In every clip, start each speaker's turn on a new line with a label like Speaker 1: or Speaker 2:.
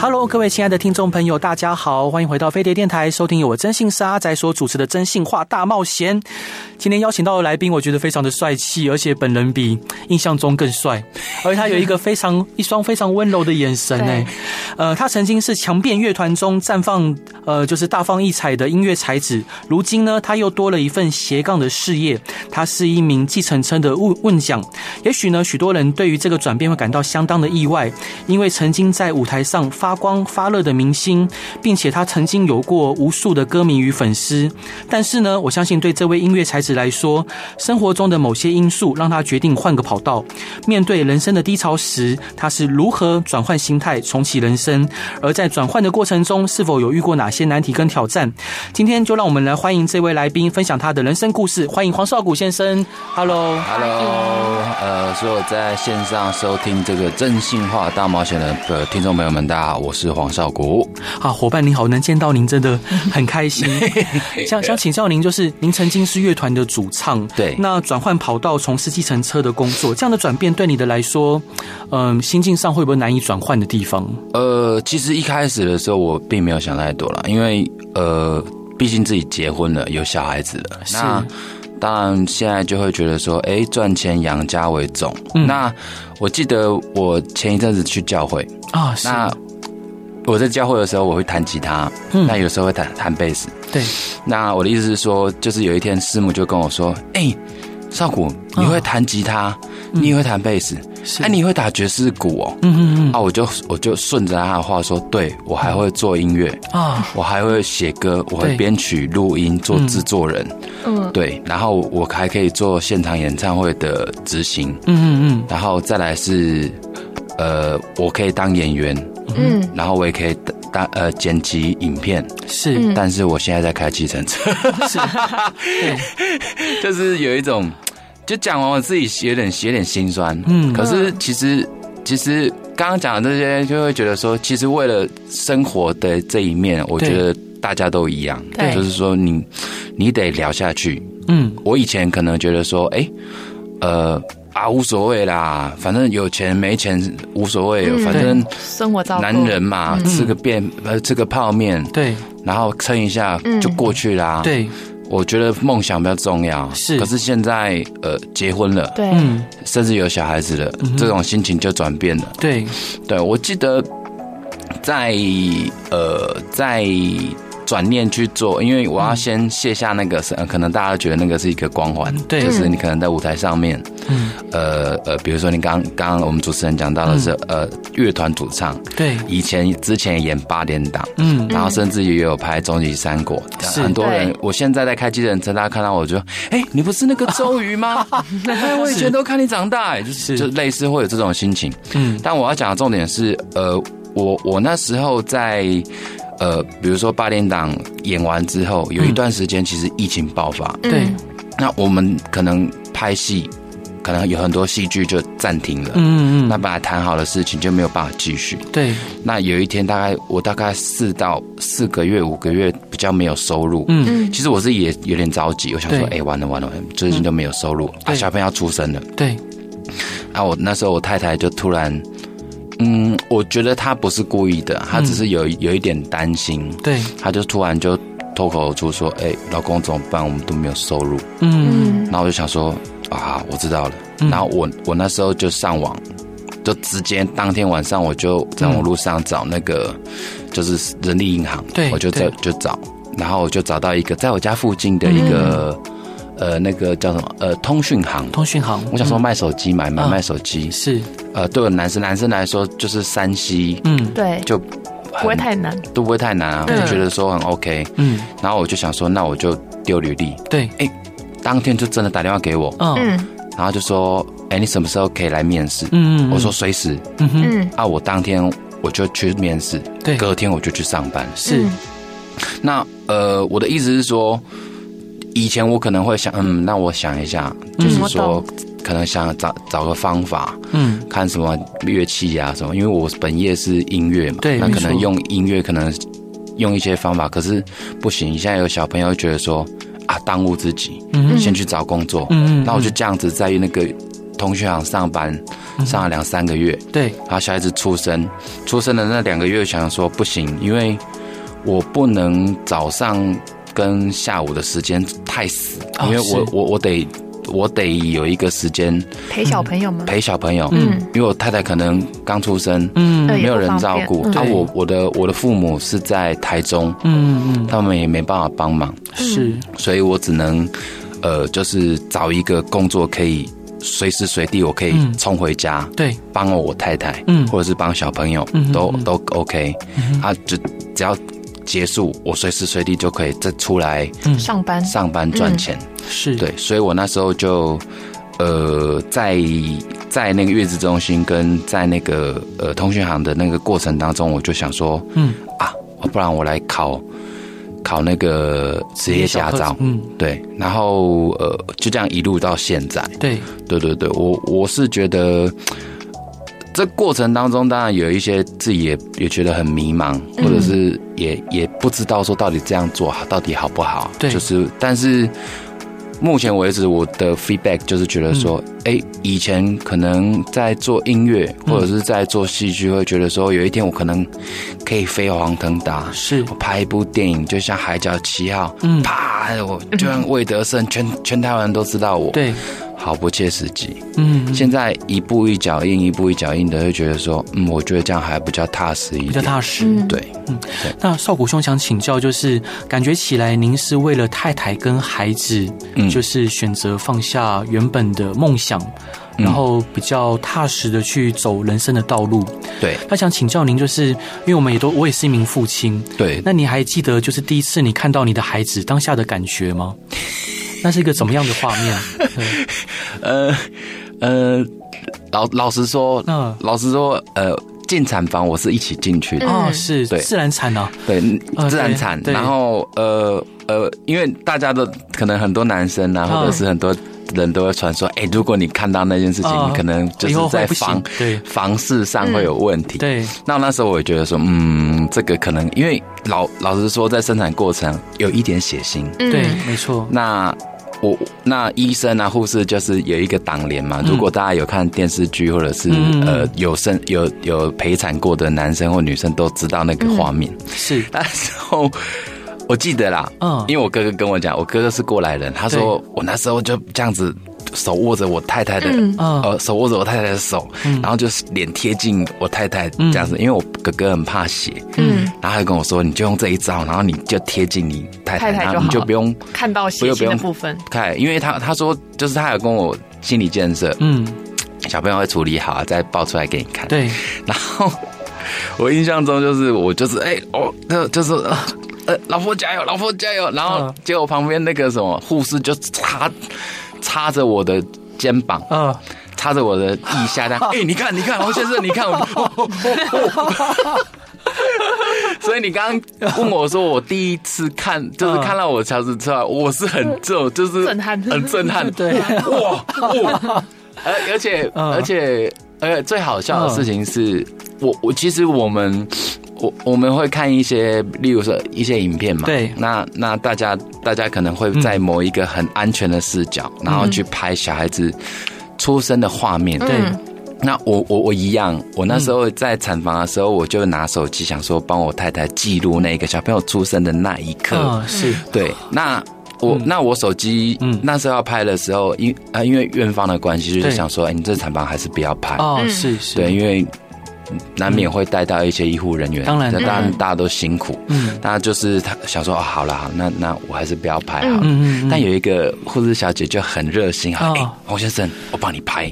Speaker 1: Hello，各位亲爱的听众朋友，大家好，欢迎回到飞碟电台，收听由我真性是阿仔所主持的《真性话大冒险》。今天邀请到的来宾，我觉得非常的帅气，而且本人比印象中更帅，而且他有一个非常一双非常温柔的眼神呢
Speaker 2: 对。
Speaker 1: 呃，他曾经是强辩乐团中绽放呃就是大放异彩的音乐才子，如今呢他又多了一份斜杠的事业，他是一名计程车的问问讲。也许呢许多人对于这个转变会感到相当的意外，因为曾经在舞台上发光发热的明星，并且他曾经有过无数的歌迷与粉丝。但是呢，我相信对这位音乐才子来说，生活中的某些因素让他决定换个跑道。面对人生的低潮时，他是如何转换心态，重启人生？而在转换的过程中，是否有遇过哪些难题跟挑战？今天就让我们来欢迎这位来宾，分享他的人生故事。欢迎黄少谷先生。Hello。
Speaker 3: Hello，呃，所有在线上收听这个真性化大冒险的呃听众朋友们，大家好，我是黄少谷。
Speaker 1: 啊，伙伴您好，能见到您真的 很开心。想想请教您，就是您曾经是乐团的主唱，
Speaker 3: 对
Speaker 1: 那转换跑道从事计程车的工作，这样的转变对你的来说，嗯，心境上会不会难以转换的地方？
Speaker 3: 呃，其实一开始的时候我并没有想太多啦，因为呃，毕竟自己结婚了，有小孩子了，
Speaker 1: 是
Speaker 3: 那当然现在就会觉得说，哎，赚钱养家为重。
Speaker 1: 嗯
Speaker 3: 那我记得我前一阵子去教会，
Speaker 1: 啊，是，
Speaker 3: 那我在教会的时候我会弹吉他，
Speaker 1: 嗯
Speaker 3: 那有时候会弹弹贝斯，
Speaker 1: 对，
Speaker 3: 那我的意思是说，就是有一天师母就跟我说：“哎、少谷，你会弹吉他，你也会弹贝斯，
Speaker 1: 嗯是
Speaker 3: 哎、你会打爵士鼓哦。
Speaker 1: 嗯嗯
Speaker 3: 啊，我就我就顺着他的话说，对我还会做音乐，
Speaker 1: 嗯啊，
Speaker 3: 我还会写歌，我会
Speaker 1: 对
Speaker 3: 编曲、录音、做制作人，
Speaker 2: 嗯，
Speaker 3: 对，然后我还可以做现场演唱会的执行，
Speaker 1: 嗯嗯
Speaker 3: 然后再来是，呃，我可以当演员，
Speaker 2: 嗯，
Speaker 3: 然后我也可以当呃剪辑影片，
Speaker 1: 嗯，是
Speaker 2: 嗯
Speaker 3: 但是我现在在开计程车。
Speaker 1: 是，对，
Speaker 3: 就是有一种，就讲完我自己有点有点心酸。
Speaker 1: 嗯
Speaker 3: 可是其实其实刚刚讲的这些，就会觉得说，其实为了生活的这一面，我
Speaker 1: 对
Speaker 3: 觉得大家都一样，
Speaker 2: 对
Speaker 3: 就是说你你得聊下去。
Speaker 1: 嗯
Speaker 3: 我以前可能觉得说，哎、呃啊无所谓啦，反正有钱没钱无所谓，
Speaker 2: 嗯
Speaker 3: 反正
Speaker 2: 生活照顾
Speaker 3: 男人嘛，吃个便呃吃个泡面，
Speaker 1: 对
Speaker 3: 然后撑一下就
Speaker 2: 嗯
Speaker 3: 过去啦。
Speaker 1: 对，
Speaker 3: 我觉得梦想比较重要，
Speaker 1: 是
Speaker 3: 可是现在呃，结婚了，
Speaker 2: 对，
Speaker 1: 嗯
Speaker 3: 甚至有小孩子了，这种心情就转变了。
Speaker 1: 对，
Speaker 3: 对我记得在呃在转念去做，因为我要先卸下那个，
Speaker 1: 嗯
Speaker 3: 呃可能大家觉得那个是一个光环，
Speaker 1: 对
Speaker 3: 就是你可能在舞台上面，
Speaker 1: 嗯
Speaker 3: 呃呃，比如说你刚刚刚我们主持人讲到的是、
Speaker 1: 嗯
Speaker 3: 呃乐团主唱，
Speaker 1: 对，
Speaker 3: 以前之前演八点档，
Speaker 1: 嗯
Speaker 3: 然后甚至也有拍《终极三国》
Speaker 1: 是
Speaker 3: 很多人
Speaker 2: 对，
Speaker 3: 我现在在开机人车，大家看到我就，哎、你不是那个周 瑜吗？哎，我以前都看你长大，哎就是
Speaker 1: 是
Speaker 3: 就类似会有这种心情。
Speaker 1: 嗯
Speaker 3: 但我要讲的重点是，呃，我我那时候在，呃，比如说八点档演完之后，有一段时间其实疫情爆发，
Speaker 1: 对，
Speaker 3: 那我们可能拍戏，可能有很多戏剧就暂停了，
Speaker 1: 嗯嗯
Speaker 3: 那
Speaker 1: 嗯，
Speaker 3: 本来谈好的事情就没有办法继续。
Speaker 1: 对，
Speaker 3: 那有一天，大概我大概四到四个月、五个月比较没有收入。
Speaker 1: 嗯
Speaker 2: 嗯，
Speaker 3: 其实我自己也有点着急，我想说，哎、
Speaker 1: 对嗯
Speaker 3: 完了完了，最近都没有收入，啊，
Speaker 1: 对
Speaker 3: 小朋友要出生了。
Speaker 1: 对，
Speaker 3: 啊，我那时候我太太就突然，嗯，我觉得她不是故意的，她
Speaker 1: 嗯
Speaker 3: 只是有、有一点担心，
Speaker 1: 对，
Speaker 3: 她就突然就脱口而出说，哎、老公怎么办？我们都没有收入。
Speaker 1: 嗯
Speaker 2: 嗯，
Speaker 3: 然后我就想说，啊，我知道了。
Speaker 1: 嗯
Speaker 3: 然后我我那时候就上网，就直接当天晚上我就在
Speaker 1: 嗯
Speaker 3: 网络上找那个、就是人力银行，
Speaker 1: 对
Speaker 3: 我就在就找，然后我就找到一个在我家附近的一个、
Speaker 1: 嗯
Speaker 3: 呃那个叫什么呃通讯行。
Speaker 1: 通讯行，
Speaker 3: 我想说卖手机买买
Speaker 1: 嗯
Speaker 3: 卖手机，
Speaker 1: 是，
Speaker 3: 呃，对我男生男生来说就是山西
Speaker 1: 嗯
Speaker 2: 对，
Speaker 3: 就
Speaker 2: 不会
Speaker 3: 很
Speaker 2: 太难，
Speaker 3: 都不会太难啊，
Speaker 2: 嗯
Speaker 3: 我觉得说很 OK，
Speaker 1: 嗯，
Speaker 3: 然后我就想说那我就丢履历，
Speaker 1: 对，
Speaker 3: 当天就真的打电话给我，
Speaker 1: 嗯
Speaker 2: 嗯
Speaker 3: 然后就说：“哎、你什么时候可以来面试？”
Speaker 1: 嗯，
Speaker 3: 我说：“随时
Speaker 1: 嗯哼，
Speaker 2: 嗯，
Speaker 3: 啊，我当天我就去面试，
Speaker 1: 对，
Speaker 2: 嗯
Speaker 3: 隔天我就去上班。
Speaker 1: 是，
Speaker 3: 那呃，我的意思是说，以前我可能会想，嗯，那我想一下，就
Speaker 1: 嗯
Speaker 3: 是
Speaker 2: 我
Speaker 3: 说
Speaker 2: 懂，
Speaker 3: 可能想找找个方法，
Speaker 1: 嗯，
Speaker 3: 看什么乐器呀、什么，因为我本业是音乐嘛，
Speaker 1: 对
Speaker 3: 那
Speaker 1: 没
Speaker 3: 可能
Speaker 1: 错
Speaker 3: 用音乐，可能用一些方法，可是不行。现在有小朋友觉得说啊，当务之急，
Speaker 1: 嗯
Speaker 3: 先去找工作，
Speaker 1: 嗯嗯
Speaker 3: 哦那我就这样子在那个同学行上班，
Speaker 1: 嗯
Speaker 3: 上了两三个月，
Speaker 1: 对，
Speaker 3: 然后小孩子出生，出生的那两个月想说不行，因为我不能早上跟下午的时间太死，
Speaker 1: 哦
Speaker 3: 因为我
Speaker 1: 是
Speaker 3: 我我得我得有一个时间
Speaker 2: 陪小朋友吗？
Speaker 3: 陪小朋友，
Speaker 2: 嗯
Speaker 3: 因为我太太可能刚出生，
Speaker 1: 嗯
Speaker 2: 对
Speaker 3: 没有人照
Speaker 2: 也
Speaker 3: 顾，
Speaker 2: 不方
Speaker 3: 啊，
Speaker 1: 便嗯
Speaker 3: 我我的我的父母是在台中，
Speaker 1: 嗯嗯，
Speaker 3: 他们也没办法帮忙，
Speaker 2: 嗯
Speaker 1: 是，
Speaker 3: 所以我只能呃，就是找一个工作可以随时随地我可以
Speaker 1: 嗯
Speaker 3: 冲回家，
Speaker 1: 对，
Speaker 3: 帮我太太，
Speaker 1: 嗯
Speaker 3: 或者是帮小朋友，
Speaker 1: 嗯
Speaker 3: 都
Speaker 1: 嗯
Speaker 3: 都 OK，、
Speaker 1: 嗯
Speaker 3: 啊，就只要结束，我随时随地就可以再出来
Speaker 1: 嗯
Speaker 2: 上班，
Speaker 3: 上班赚钱。
Speaker 1: 是，
Speaker 3: 对，所以我那时候就呃，在在那个月子中心跟在那个呃通讯行的那个过程当中，我就想说
Speaker 1: 嗯，
Speaker 3: 啊，不然我来考考那个职业驾照。
Speaker 1: 嗯，
Speaker 3: 对，然后呃，就这样一路到现在。
Speaker 1: 对，
Speaker 3: 对对对，我我是觉得这过程当中，当然有一些自己也也觉得很迷茫，或者是也、也不知道说到底这样做好到底好不好。
Speaker 1: 对
Speaker 3: 就是但是目前为止，我的 feedback 就是觉得说，哎、以前可能在做音乐或者是在做戏剧，会觉得说有一天我可能可以飞黄腾达，
Speaker 1: 是，
Speaker 3: 我拍一部电影，就像《海角七号》，
Speaker 1: 嗯
Speaker 3: 啪，我就像魏德胜，全全台湾人都知道我，，
Speaker 1: 对，
Speaker 3: 好不切实际。
Speaker 1: 嗯，嗯
Speaker 3: 现在一步一脚印，一步一脚印的，会觉得说，嗯，我觉得这样还比较踏实一
Speaker 1: 比较
Speaker 3: 点。
Speaker 1: 踏实。
Speaker 2: 嗯，
Speaker 3: 对，
Speaker 1: 那少谷兄想请教，就是感觉起来您是为了太太跟孩子，
Speaker 3: 嗯
Speaker 1: 就是选择放下原本的梦想，
Speaker 3: 嗯
Speaker 1: 然后比较踏实的去走人生的道路。
Speaker 3: 对
Speaker 1: 那想请教您，就是因为我们也都我也是一名父亲，
Speaker 3: 对，
Speaker 1: 那你还记得就是第一次你看到你的孩子当下的感觉吗？那是一个怎么样的画面？
Speaker 2: 嗯
Speaker 1: 对
Speaker 3: 呃呃，老老实说，
Speaker 1: 嗯
Speaker 3: 老实说，呃，进产房我是一起进去的，
Speaker 1: 哦，是
Speaker 3: 对
Speaker 1: 自然产啊，
Speaker 3: 对
Speaker 1: 呃，
Speaker 3: 自然产。
Speaker 1: 对对
Speaker 3: 然后呃呃，因为大家都可能很多男生啊，
Speaker 1: 嗯
Speaker 3: 或者是很多人都会传说，哎，如果你看到那件事情，
Speaker 1: 嗯
Speaker 3: 你可能就
Speaker 1: 以
Speaker 3: 是
Speaker 1: 后会
Speaker 3: 在
Speaker 1: 不行
Speaker 3: 房
Speaker 1: 对
Speaker 3: 房事上会有问题。
Speaker 1: 对，
Speaker 3: 那那时候我也觉得说，嗯，这个可能因为老老实说，在生产过程有一点血腥。
Speaker 2: 嗯
Speaker 1: 对，没错，
Speaker 3: 那我那医生啊，护士就是有一个党联嘛。如果大家有看电视剧，或者是、
Speaker 1: 嗯
Speaker 3: 呃有生有有陪产过的男生或女生，都知道那个画面。
Speaker 1: 是，
Speaker 3: 那时候我记得啦，
Speaker 1: 嗯
Speaker 3: 因为我哥哥跟我讲，我哥哥是过来人，他说我那时候就这样子手握着我太太的，
Speaker 2: 嗯
Speaker 1: 嗯
Speaker 3: 呃，手握着我太太的手，然后就是脸贴近我太太这样子，因为我哥哥很怕血，
Speaker 2: 嗯，
Speaker 3: 然后他就跟我说，你就用这一招，然后你就贴近你太太，
Speaker 2: 太太
Speaker 3: 然
Speaker 2: 就
Speaker 3: 后你
Speaker 2: 好
Speaker 3: 就不用
Speaker 2: 看到
Speaker 3: 不
Speaker 2: 血
Speaker 3: 用不
Speaker 2: 腥的
Speaker 3: 用
Speaker 2: 部分，
Speaker 3: 看，因为他他说就是他有跟我心理建设，
Speaker 1: 嗯，
Speaker 3: 小朋友会处理好啊再爆出来给你看，
Speaker 1: 对，
Speaker 3: 然后我印象中就是我就是哎、哦，那就是。呃呃，老婆加油，老婆加油！然后
Speaker 1: 嗯
Speaker 3: 结果旁边那个什么护士就插插着我的肩膀，
Speaker 1: 嗯，
Speaker 3: 插着我的腋下，这样， 哎、你看，你看，王先生，你看，我，哦哦哦所以你刚刚问我说，我第一次看，就是
Speaker 1: 嗯
Speaker 3: 看到我乔治出来，我是很这种，就是
Speaker 2: 震撼
Speaker 3: 很震撼，
Speaker 1: 对
Speaker 3: 哇，哇，而而且
Speaker 1: 嗯
Speaker 3: 而且而且最好笑的事情是，我我其实我们我我们会看一些，例如说一些影片嘛，
Speaker 1: 对
Speaker 3: 那那大家大家可能会
Speaker 1: 嗯
Speaker 3: 在某一个很安全的视角，然后去拍小孩子出生的画面，
Speaker 1: 对，嗯
Speaker 3: 那我我我一样，我那时候在产房的时候，我就拿手机想说帮我太太记录那个小朋友出生的那一刻。
Speaker 1: 嗯，是，
Speaker 3: 对，那我、那我手机、
Speaker 1: 嗯
Speaker 3: 那时候要拍的时候，因啊、因为院方的关系，就是
Speaker 1: 对
Speaker 3: 想说，哎、你这产房还是不要拍。
Speaker 1: 哦，
Speaker 2: 嗯
Speaker 1: 是是，
Speaker 3: 对，因为难免会带到一些医护人员，
Speaker 1: 当然
Speaker 3: 那
Speaker 2: 嗯
Speaker 3: 当然大家都辛苦。
Speaker 1: 嗯
Speaker 3: 那就是他想说，哦，好啦，那那我还是不要拍好了。
Speaker 1: 嗯嗯，
Speaker 3: 但有一个护士小姐就很热心啊，
Speaker 1: 哦
Speaker 3: 哎、黄先生，我帮你 拍。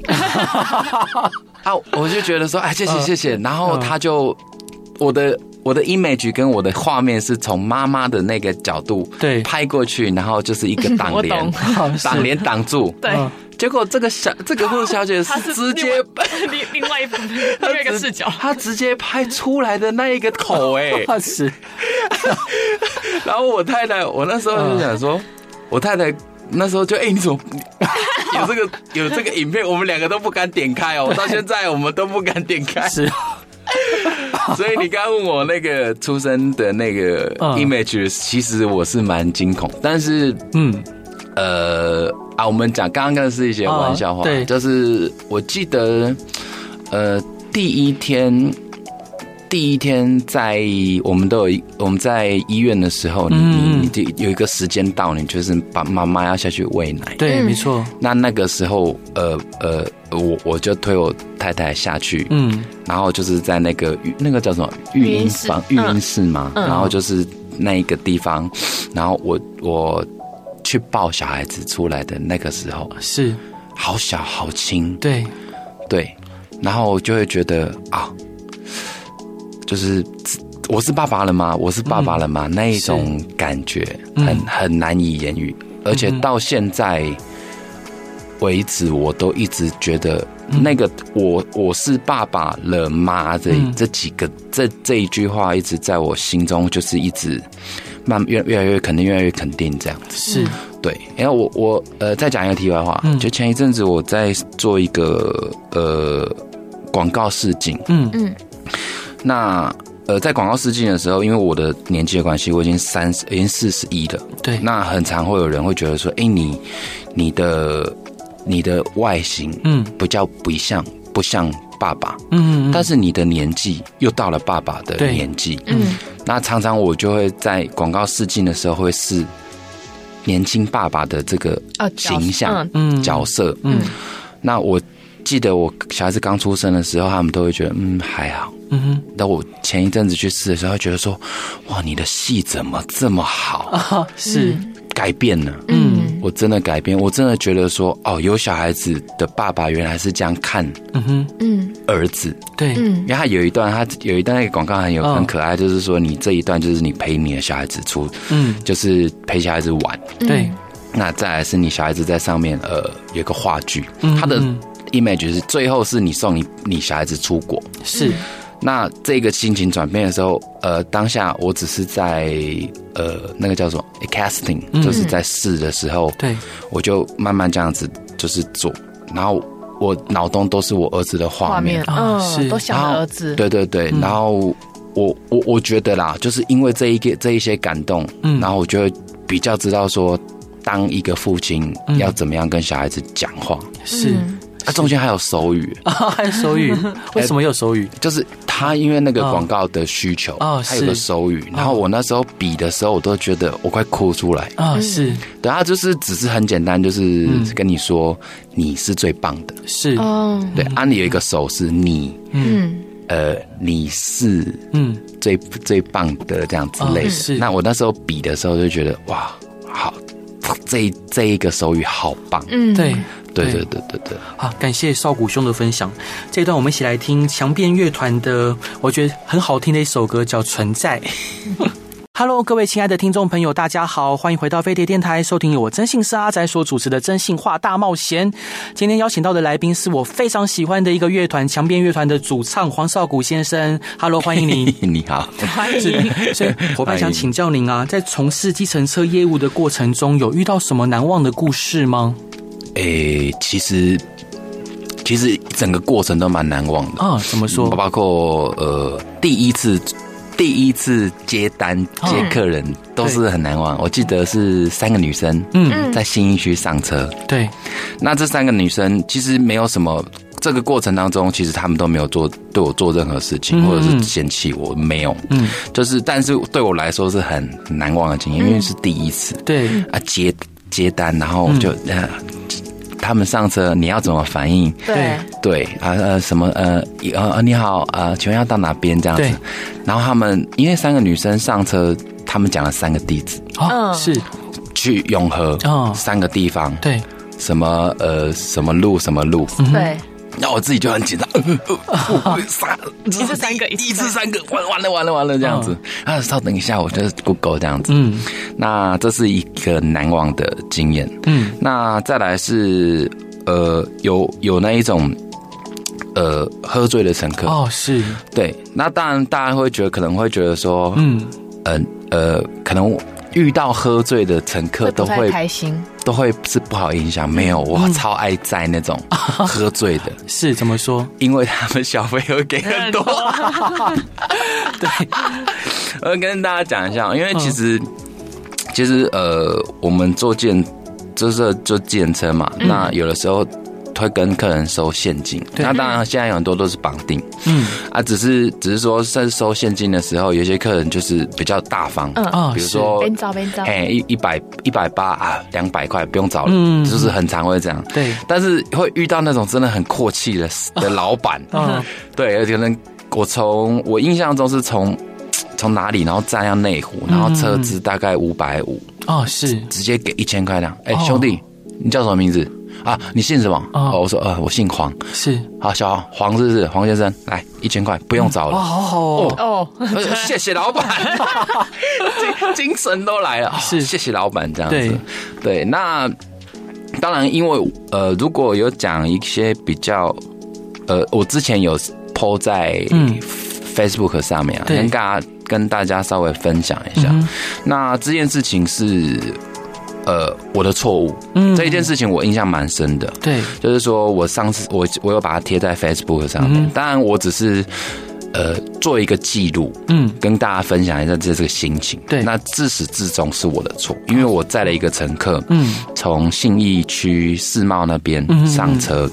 Speaker 3: 啊，我就觉得说，哎，谢谢
Speaker 1: 嗯
Speaker 3: 谢谢。然后他就我的我的 image 跟我的画面是从妈妈的那个角度
Speaker 1: 对
Speaker 3: 拍过去，然后就是一个挡
Speaker 2: 我
Speaker 3: 帘
Speaker 2: 懂，
Speaker 1: 哦是
Speaker 3: 挡帘挡住。
Speaker 2: 对，
Speaker 1: 嗯
Speaker 3: 结果这个小这个护士小姐
Speaker 2: 它
Speaker 3: 是
Speaker 2: 是
Speaker 3: 直接。
Speaker 2: 另另外一部分，另外一个视 角，
Speaker 3: 她直接拍出来的那一个 口哎、
Speaker 1: 啊是，
Speaker 3: 然后我太太，我那时候就想说，我太太那时候就哎、你怎么 有这个有这个影片，我们两个都不敢点开哦，到现在我们都不敢点开。
Speaker 1: 是，
Speaker 3: 所以你刚刚问我那个出生的那个
Speaker 1: 嗯
Speaker 3: image，、其实我是蛮惊恐，但是
Speaker 1: 嗯，
Speaker 3: 呃啊，我们讲刚刚是一些玩笑话，
Speaker 1: 啊对
Speaker 3: 就是我记得呃第一天。第一天在我们都有一我们在医院的时候，你
Speaker 1: 嗯
Speaker 3: 你你有一个时间到，你就是把妈妈要下去喂奶。
Speaker 1: 对，
Speaker 2: 嗯
Speaker 1: 没错，
Speaker 3: 那那个时候，呃呃，我我就推我太太下去，
Speaker 1: 嗯，
Speaker 3: 然后就是在那个育那个叫什么育
Speaker 2: 育婴
Speaker 3: 婴
Speaker 2: 室
Speaker 3: 房、育
Speaker 2: 嗯
Speaker 3: 婴室嘛，
Speaker 2: 嗯
Speaker 3: 然后就是那一个地方，然后我我去抱小孩子出来的那个时候，
Speaker 1: 是
Speaker 3: 好小好轻，
Speaker 1: 对，
Speaker 3: 对，然后我就会觉得啊，就是我是爸爸了吗？我是爸爸了吗？那一种感觉很、
Speaker 1: 嗯
Speaker 3: 很难以言喻，而且到现在为止，我都一直觉得
Speaker 1: 嗯
Speaker 3: 那个我我是爸爸了吗？这、
Speaker 1: 嗯
Speaker 3: 这几个这这一句话一直在我心中就是一直慢越越来越肯定，越来越肯定这样。
Speaker 1: 是，
Speaker 2: 嗯
Speaker 3: 对，然后我我呃再讲一个题外话，
Speaker 1: 嗯
Speaker 3: 就前一阵子我在做一个呃广告试镜，
Speaker 1: 嗯
Speaker 2: 嗯
Speaker 3: 那呃在广告试镜的时候，因为我的年纪的关系，我已经三十，已经四十一了，
Speaker 1: 对，
Speaker 3: 那很常会有人会觉得说，哎、你你的你的外形
Speaker 1: 嗯
Speaker 3: 不叫不像不像爸爸，
Speaker 1: 嗯，嗯
Speaker 3: 但是你的年纪又到了爸爸的
Speaker 1: 对
Speaker 3: 年纪，
Speaker 2: 嗯
Speaker 3: 那常常我就会在广告试镜的时候会试年轻爸爸的这个
Speaker 2: 哦，
Speaker 3: 形象
Speaker 1: 嗯
Speaker 3: 角色。
Speaker 2: 嗯
Speaker 3: 那我记得我小孩子刚出生的时候，他们都会觉得嗯还好。
Speaker 1: 嗯哼
Speaker 3: 但我前一阵子去试的时候，他觉得说哇，你的戏怎么这么
Speaker 2: 哦
Speaker 3: 好？
Speaker 1: 啊是，
Speaker 3: 改变了。
Speaker 1: 嗯
Speaker 2: 嗯
Speaker 3: 我真的改变，我真的觉得说，哦，有小孩子的爸爸原来是这样看
Speaker 1: 嗯哼
Speaker 2: 嗯
Speaker 3: 儿子，
Speaker 1: 对，
Speaker 3: 因
Speaker 2: 嗯哦
Speaker 3: 为他有一段，他有一段那个广告很有
Speaker 1: 嗯
Speaker 3: 很可爱，就是说你这一段就是你陪你的小孩子出，
Speaker 1: 嗯
Speaker 3: 就是陪小孩子玩，
Speaker 2: 嗯
Speaker 1: 对，
Speaker 3: 那再来是你小孩子在上面，呃，有个话剧，
Speaker 1: 嗯
Speaker 3: 他的
Speaker 1: 嗯
Speaker 3: image 是最后是你送你你小孩子出国。
Speaker 1: 是
Speaker 2: 嗯
Speaker 3: 那这个心情转变的时候，呃，当下我只是在呃那个叫什么 casting，
Speaker 1: 嗯
Speaker 3: 就是在试的时候，
Speaker 1: 对，
Speaker 3: 我就慢慢这样子就是做，然后我脑中都是我儿子的画
Speaker 2: 画
Speaker 3: 面
Speaker 2: 面，
Speaker 1: 啊是
Speaker 2: 嗯，都想
Speaker 3: 然后
Speaker 2: 着儿子，
Speaker 3: 对对对，
Speaker 1: 嗯
Speaker 3: 然后我我我觉得啦，就是因为这一个这一些感动，
Speaker 1: 嗯
Speaker 3: 然后我就会比较知道说，当一个父亲
Speaker 1: 嗯
Speaker 3: 要怎么样跟小孩子讲话。
Speaker 1: 是
Speaker 2: 嗯
Speaker 3: 啊，中间还有手语，
Speaker 1: 啊， 还有手语，为什么有手语？
Speaker 3: 就是他因为那个
Speaker 1: 哦
Speaker 3: 广告的需求，
Speaker 1: 哦
Speaker 3: 他有个
Speaker 1: 是
Speaker 3: 手语。然后我那时候比的时候，我都觉得我快哭出来。
Speaker 2: 嗯
Speaker 1: 啊，是
Speaker 3: 对，他就是只是很简单，就是
Speaker 1: 嗯
Speaker 3: 跟你说你是最棒的。
Speaker 1: 是，
Speaker 2: 哦，
Speaker 3: 对，啊，你有一个手是你，
Speaker 1: 嗯
Speaker 2: 嗯
Speaker 3: 呃，你是
Speaker 1: 嗯
Speaker 3: 最最棒的这样之类
Speaker 1: 哦
Speaker 3: 的。
Speaker 1: 是
Speaker 3: 那我那时候比的时候就觉得哇，好， 这一这一个手语好棒。
Speaker 2: 嗯，
Speaker 1: 对。
Speaker 3: 对
Speaker 1: 对
Speaker 3: 对对对对，
Speaker 1: 好，感谢少谷兄的分享。这一段我们一起来听强辩乐团的，我觉得很好听的一首歌，叫《存在》。Hello，各位亲爱的听众朋友，大家好，欢迎回到飞碟电台，收听由我真性是阿仔所主持的《真性话大冒险》。今天邀请到的来宾是我非常喜欢的一个乐团——强辩乐团的主唱黄少谷先生。Hello，欢迎 您。
Speaker 3: 你好，
Speaker 2: 欢迎，
Speaker 1: 所以伙伴想请教您啊，在从事计程车业务的过程中，有遇到什么难忘的故事吗？
Speaker 3: 诶、其实其实整个过程都蛮难忘的。
Speaker 1: 啊，怎么说？
Speaker 3: 包括呃第一次第一次接单
Speaker 1: 嗯
Speaker 3: 接客人都是很难忘。我记得是三个女生
Speaker 1: 嗯，
Speaker 3: 在新一区上车，
Speaker 1: 对，
Speaker 3: 那这三个女生其实没有什么。这个过程当中，其实他们都没有做对我做任何事情，
Speaker 1: 嗯
Speaker 3: 或者是嫌弃我，没有，
Speaker 1: 嗯，
Speaker 3: 就是，但是对我来说是很难忘的经验，因
Speaker 1: 嗯
Speaker 3: 为是第一次
Speaker 1: 对，
Speaker 3: 啊接接单，然后就、
Speaker 1: 嗯
Speaker 3: 呃，他们上车，你要怎么反应？
Speaker 2: 对，
Speaker 3: 对啊呃什么呃一呃呃你好啊、呃，请问要到哪边这样子
Speaker 1: 对？
Speaker 3: 然后他们因为三个女生上车，他们讲了三个地址，
Speaker 1: 啊，
Speaker 2: 嗯
Speaker 1: 是，
Speaker 3: 去永和、
Speaker 1: 哦
Speaker 3: 三个地方，
Speaker 1: 对，嗯
Speaker 3: 什么呃什么路什么路，
Speaker 2: 对，
Speaker 3: 那我自己就很紧张，呃 呃呃我三
Speaker 2: 一次三个嗯
Speaker 3: 一
Speaker 2: 一次
Speaker 3: 次三个，完完了完了完了这样子啊，稍等一下，我就是 Google 这样子。
Speaker 1: 嗯
Speaker 3: 那这是一个难忘的经验。
Speaker 1: 嗯
Speaker 3: 那再来是呃有有那一种呃喝醉的乘客
Speaker 1: 哦，是，
Speaker 3: 对，那当然，大家会觉得可能会觉得说，
Speaker 1: 嗯
Speaker 3: 呃呃，可能遇到喝醉的乘客都
Speaker 2: 不太
Speaker 3: 会
Speaker 2: 开心，嗯
Speaker 3: 都会是不好影响。没有，我超爱载 那种喝醉的，
Speaker 1: 是怎么说？
Speaker 3: 因为他们小费会给很 多。
Speaker 1: 对，
Speaker 3: 我跟大家讲一下，因为其实、其实呃，我们做建就是就建车嘛，那有的时候会跟客人收现金，
Speaker 1: 嗯对
Speaker 3: 那当然现在有很多都是绑定
Speaker 1: 嗯
Speaker 3: 啊，只是只是说在收现金的时候，有些客人就是比较大方，
Speaker 2: 嗯
Speaker 1: 啊，
Speaker 3: 比如
Speaker 1: 是
Speaker 3: 说
Speaker 2: 边招边招，
Speaker 3: 哎一一百一百八啊，两百块不用找了，
Speaker 1: 嗯
Speaker 3: 就是很常会这样。
Speaker 1: 对，
Speaker 3: 但是会遇到那种真的很阔气 的的老板，
Speaker 1: 嗯
Speaker 3: 对，而且呢，我从我印象中是从从哪里，然后站到内湖，
Speaker 1: 嗯
Speaker 3: 然后车资大概五百五，
Speaker 1: 啊是
Speaker 3: 直接给一千块两。哎、
Speaker 1: 哦
Speaker 3: 兄弟，你叫什么名字啊？你姓什么？
Speaker 1: 哦
Speaker 3: 哦，我说呃，我姓黄。
Speaker 1: 是，
Speaker 3: 好，小黄，黄是不是？黄先生，来一千块，不用找
Speaker 1: 哇，
Speaker 3: 了。
Speaker 1: 好好哦，
Speaker 2: 哦，
Speaker 3: 我说 谢谢老板， 精精神都来了，哦
Speaker 1: 是
Speaker 3: 谢谢老板这样
Speaker 1: 对
Speaker 3: 子。对，那当然，因为呃，如果有讲一些比较呃，我之前有 PO 在
Speaker 1: 嗯
Speaker 3: Facebook 上面啊，
Speaker 1: 对
Speaker 3: 跟大家跟大家稍微分享一下。
Speaker 1: 嗯哼
Speaker 3: 那这件事情是呃我的错误，
Speaker 1: 嗯
Speaker 3: 这一件事情我印象蛮深的。
Speaker 1: 对，
Speaker 3: 就是说我上次我我有把它贴在 Facebook 上面，
Speaker 1: 嗯
Speaker 3: 当然我只是呃做一个记录，
Speaker 1: 嗯
Speaker 3: 跟大家分享一下这这个心情。
Speaker 1: 对
Speaker 3: 那自始至终是我的错，因为我载了一个乘客
Speaker 1: 嗯
Speaker 3: 从信义区世贸那边
Speaker 1: 嗯嗯嗯
Speaker 3: 上车，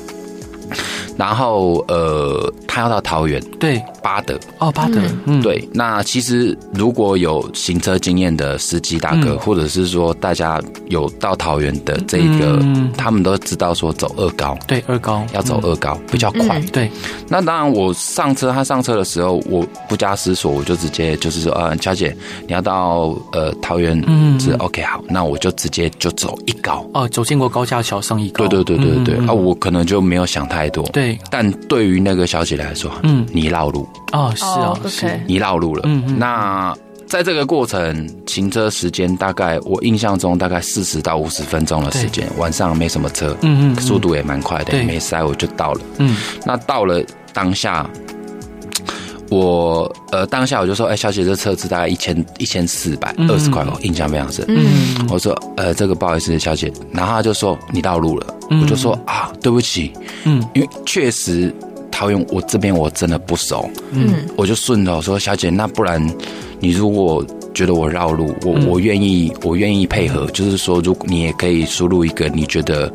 Speaker 3: 然后呃他要到桃园
Speaker 1: 对，
Speaker 3: 巴德，
Speaker 1: 哦巴德，嗯
Speaker 3: 对，那其实如果有行车经验的司机大哥，
Speaker 1: 嗯
Speaker 3: 或者是说大家有到桃园的这一个，
Speaker 1: 嗯
Speaker 3: 他们都知道说走二高
Speaker 1: 对二高
Speaker 3: 要走
Speaker 1: 嗯
Speaker 3: 二高、比较快。
Speaker 2: 嗯
Speaker 1: 对
Speaker 3: 那当然，我上车他上车的时候，我不加思索，我就直接就是说，呃，小姐你要到呃桃园，
Speaker 1: 嗯
Speaker 3: 是
Speaker 1: 嗯
Speaker 3: OK 好，那我就直接就走一高。
Speaker 1: 哦走经过高架桥上一高，
Speaker 3: 对对对对对，
Speaker 1: 嗯嗯嗯
Speaker 3: 啊，我可能就没有想太多。
Speaker 1: 对
Speaker 3: 但对于那个小姐来说，
Speaker 1: 嗯
Speaker 3: 嗯，你绕路，
Speaker 1: 哦是
Speaker 2: 哦
Speaker 1: 啊是
Speaker 2: ，OK，
Speaker 3: 你绕路了。
Speaker 1: 嗯嗯
Speaker 3: 那在这个过程，行车时间大概我印象中大概四十到五十分钟的时间，晚上没什么车，
Speaker 1: 嗯嗯嗯
Speaker 3: 速度也蛮快的，
Speaker 1: 对
Speaker 3: 也没塞，我就到了。
Speaker 1: 嗯
Speaker 3: 那到了当下，我呃当下我就说，哎、小姐，这车子大概一千一千四百
Speaker 1: 嗯
Speaker 3: 二十块，我哦印象非常深。
Speaker 2: 嗯，
Speaker 3: 我说，呃，这个不好意思，小姐。然后他就说你道路了，
Speaker 1: 嗯
Speaker 3: 我就说啊，对不起，
Speaker 1: 嗯
Speaker 3: 因为确实桃园我这边我真的不熟，
Speaker 1: 嗯
Speaker 3: 我就顺着我说，小姐，那不然你如果觉得我绕路，我、
Speaker 1: 嗯
Speaker 3: 我愿意，我愿意配合，就是说，如果你也可以输入一个你觉得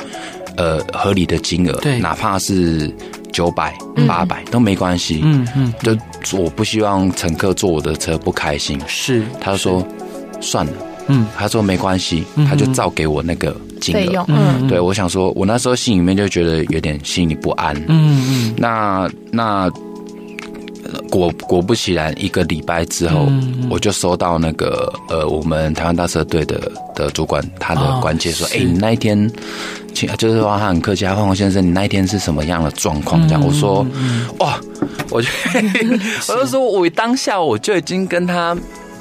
Speaker 3: 呃合理的金额
Speaker 1: 对，
Speaker 3: 哪怕是九百、八百都没关系。
Speaker 1: 嗯嗯
Speaker 3: 就我不希望乘客坐我的车不开心。
Speaker 1: 是
Speaker 3: 他说算了，
Speaker 1: 嗯
Speaker 3: 他说没关系，
Speaker 1: 嗯
Speaker 3: 他就照给我那个金
Speaker 2: 费
Speaker 3: 额
Speaker 2: 用。，嗯，
Speaker 3: 对，我想说，我那时候心里面就觉得有点心里不安。
Speaker 1: 嗯嗯
Speaker 3: 那那呃果果不其然，一个礼拜之后，
Speaker 1: 嗯
Speaker 3: 我就收到那个呃，我们台湾大社队的的主管他的关切说，
Speaker 1: 哦
Speaker 3: 哎、
Speaker 1: 是
Speaker 3: 你那一天，请就是说他很客气，他问我先生，你那一天是什么样的状况？
Speaker 1: 嗯
Speaker 3: 这样、我说，哇，我就 我就说我当下我就已经跟他嗯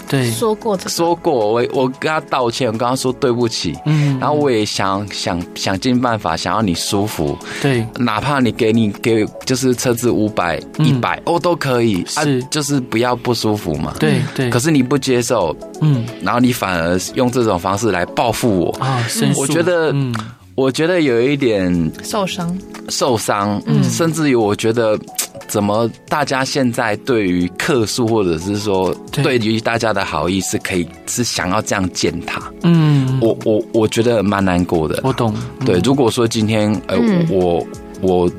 Speaker 1: 对
Speaker 2: 说过这
Speaker 3: 说过，我我跟他道歉，我跟他说对不起。
Speaker 1: 嗯
Speaker 3: 然后我也想想想尽办法，想要你舒服，
Speaker 1: 对
Speaker 3: 哪怕你给你给就是车子五百一
Speaker 1: 嗯
Speaker 3: 百哦都可以，
Speaker 1: 是
Speaker 3: 就是不要不舒服嘛。
Speaker 1: 对对
Speaker 3: 可是你不接受，
Speaker 1: 嗯
Speaker 3: 然后你反而用这种方式来报复我，
Speaker 1: 啊申诉
Speaker 3: 我觉得
Speaker 1: 嗯
Speaker 3: 我觉得有一点
Speaker 2: 受伤，
Speaker 3: 受伤，
Speaker 1: 嗯
Speaker 3: 甚至于我觉得。嘖怎么大家现在对于客诉或者是说
Speaker 1: 对
Speaker 3: 对于大家的好意是可以是想要这样践踏，
Speaker 1: 嗯
Speaker 3: 我我我觉得蛮难过的。
Speaker 1: 我嗯懂
Speaker 3: 对，如果说今天呃、
Speaker 2: 嗯
Speaker 3: 我我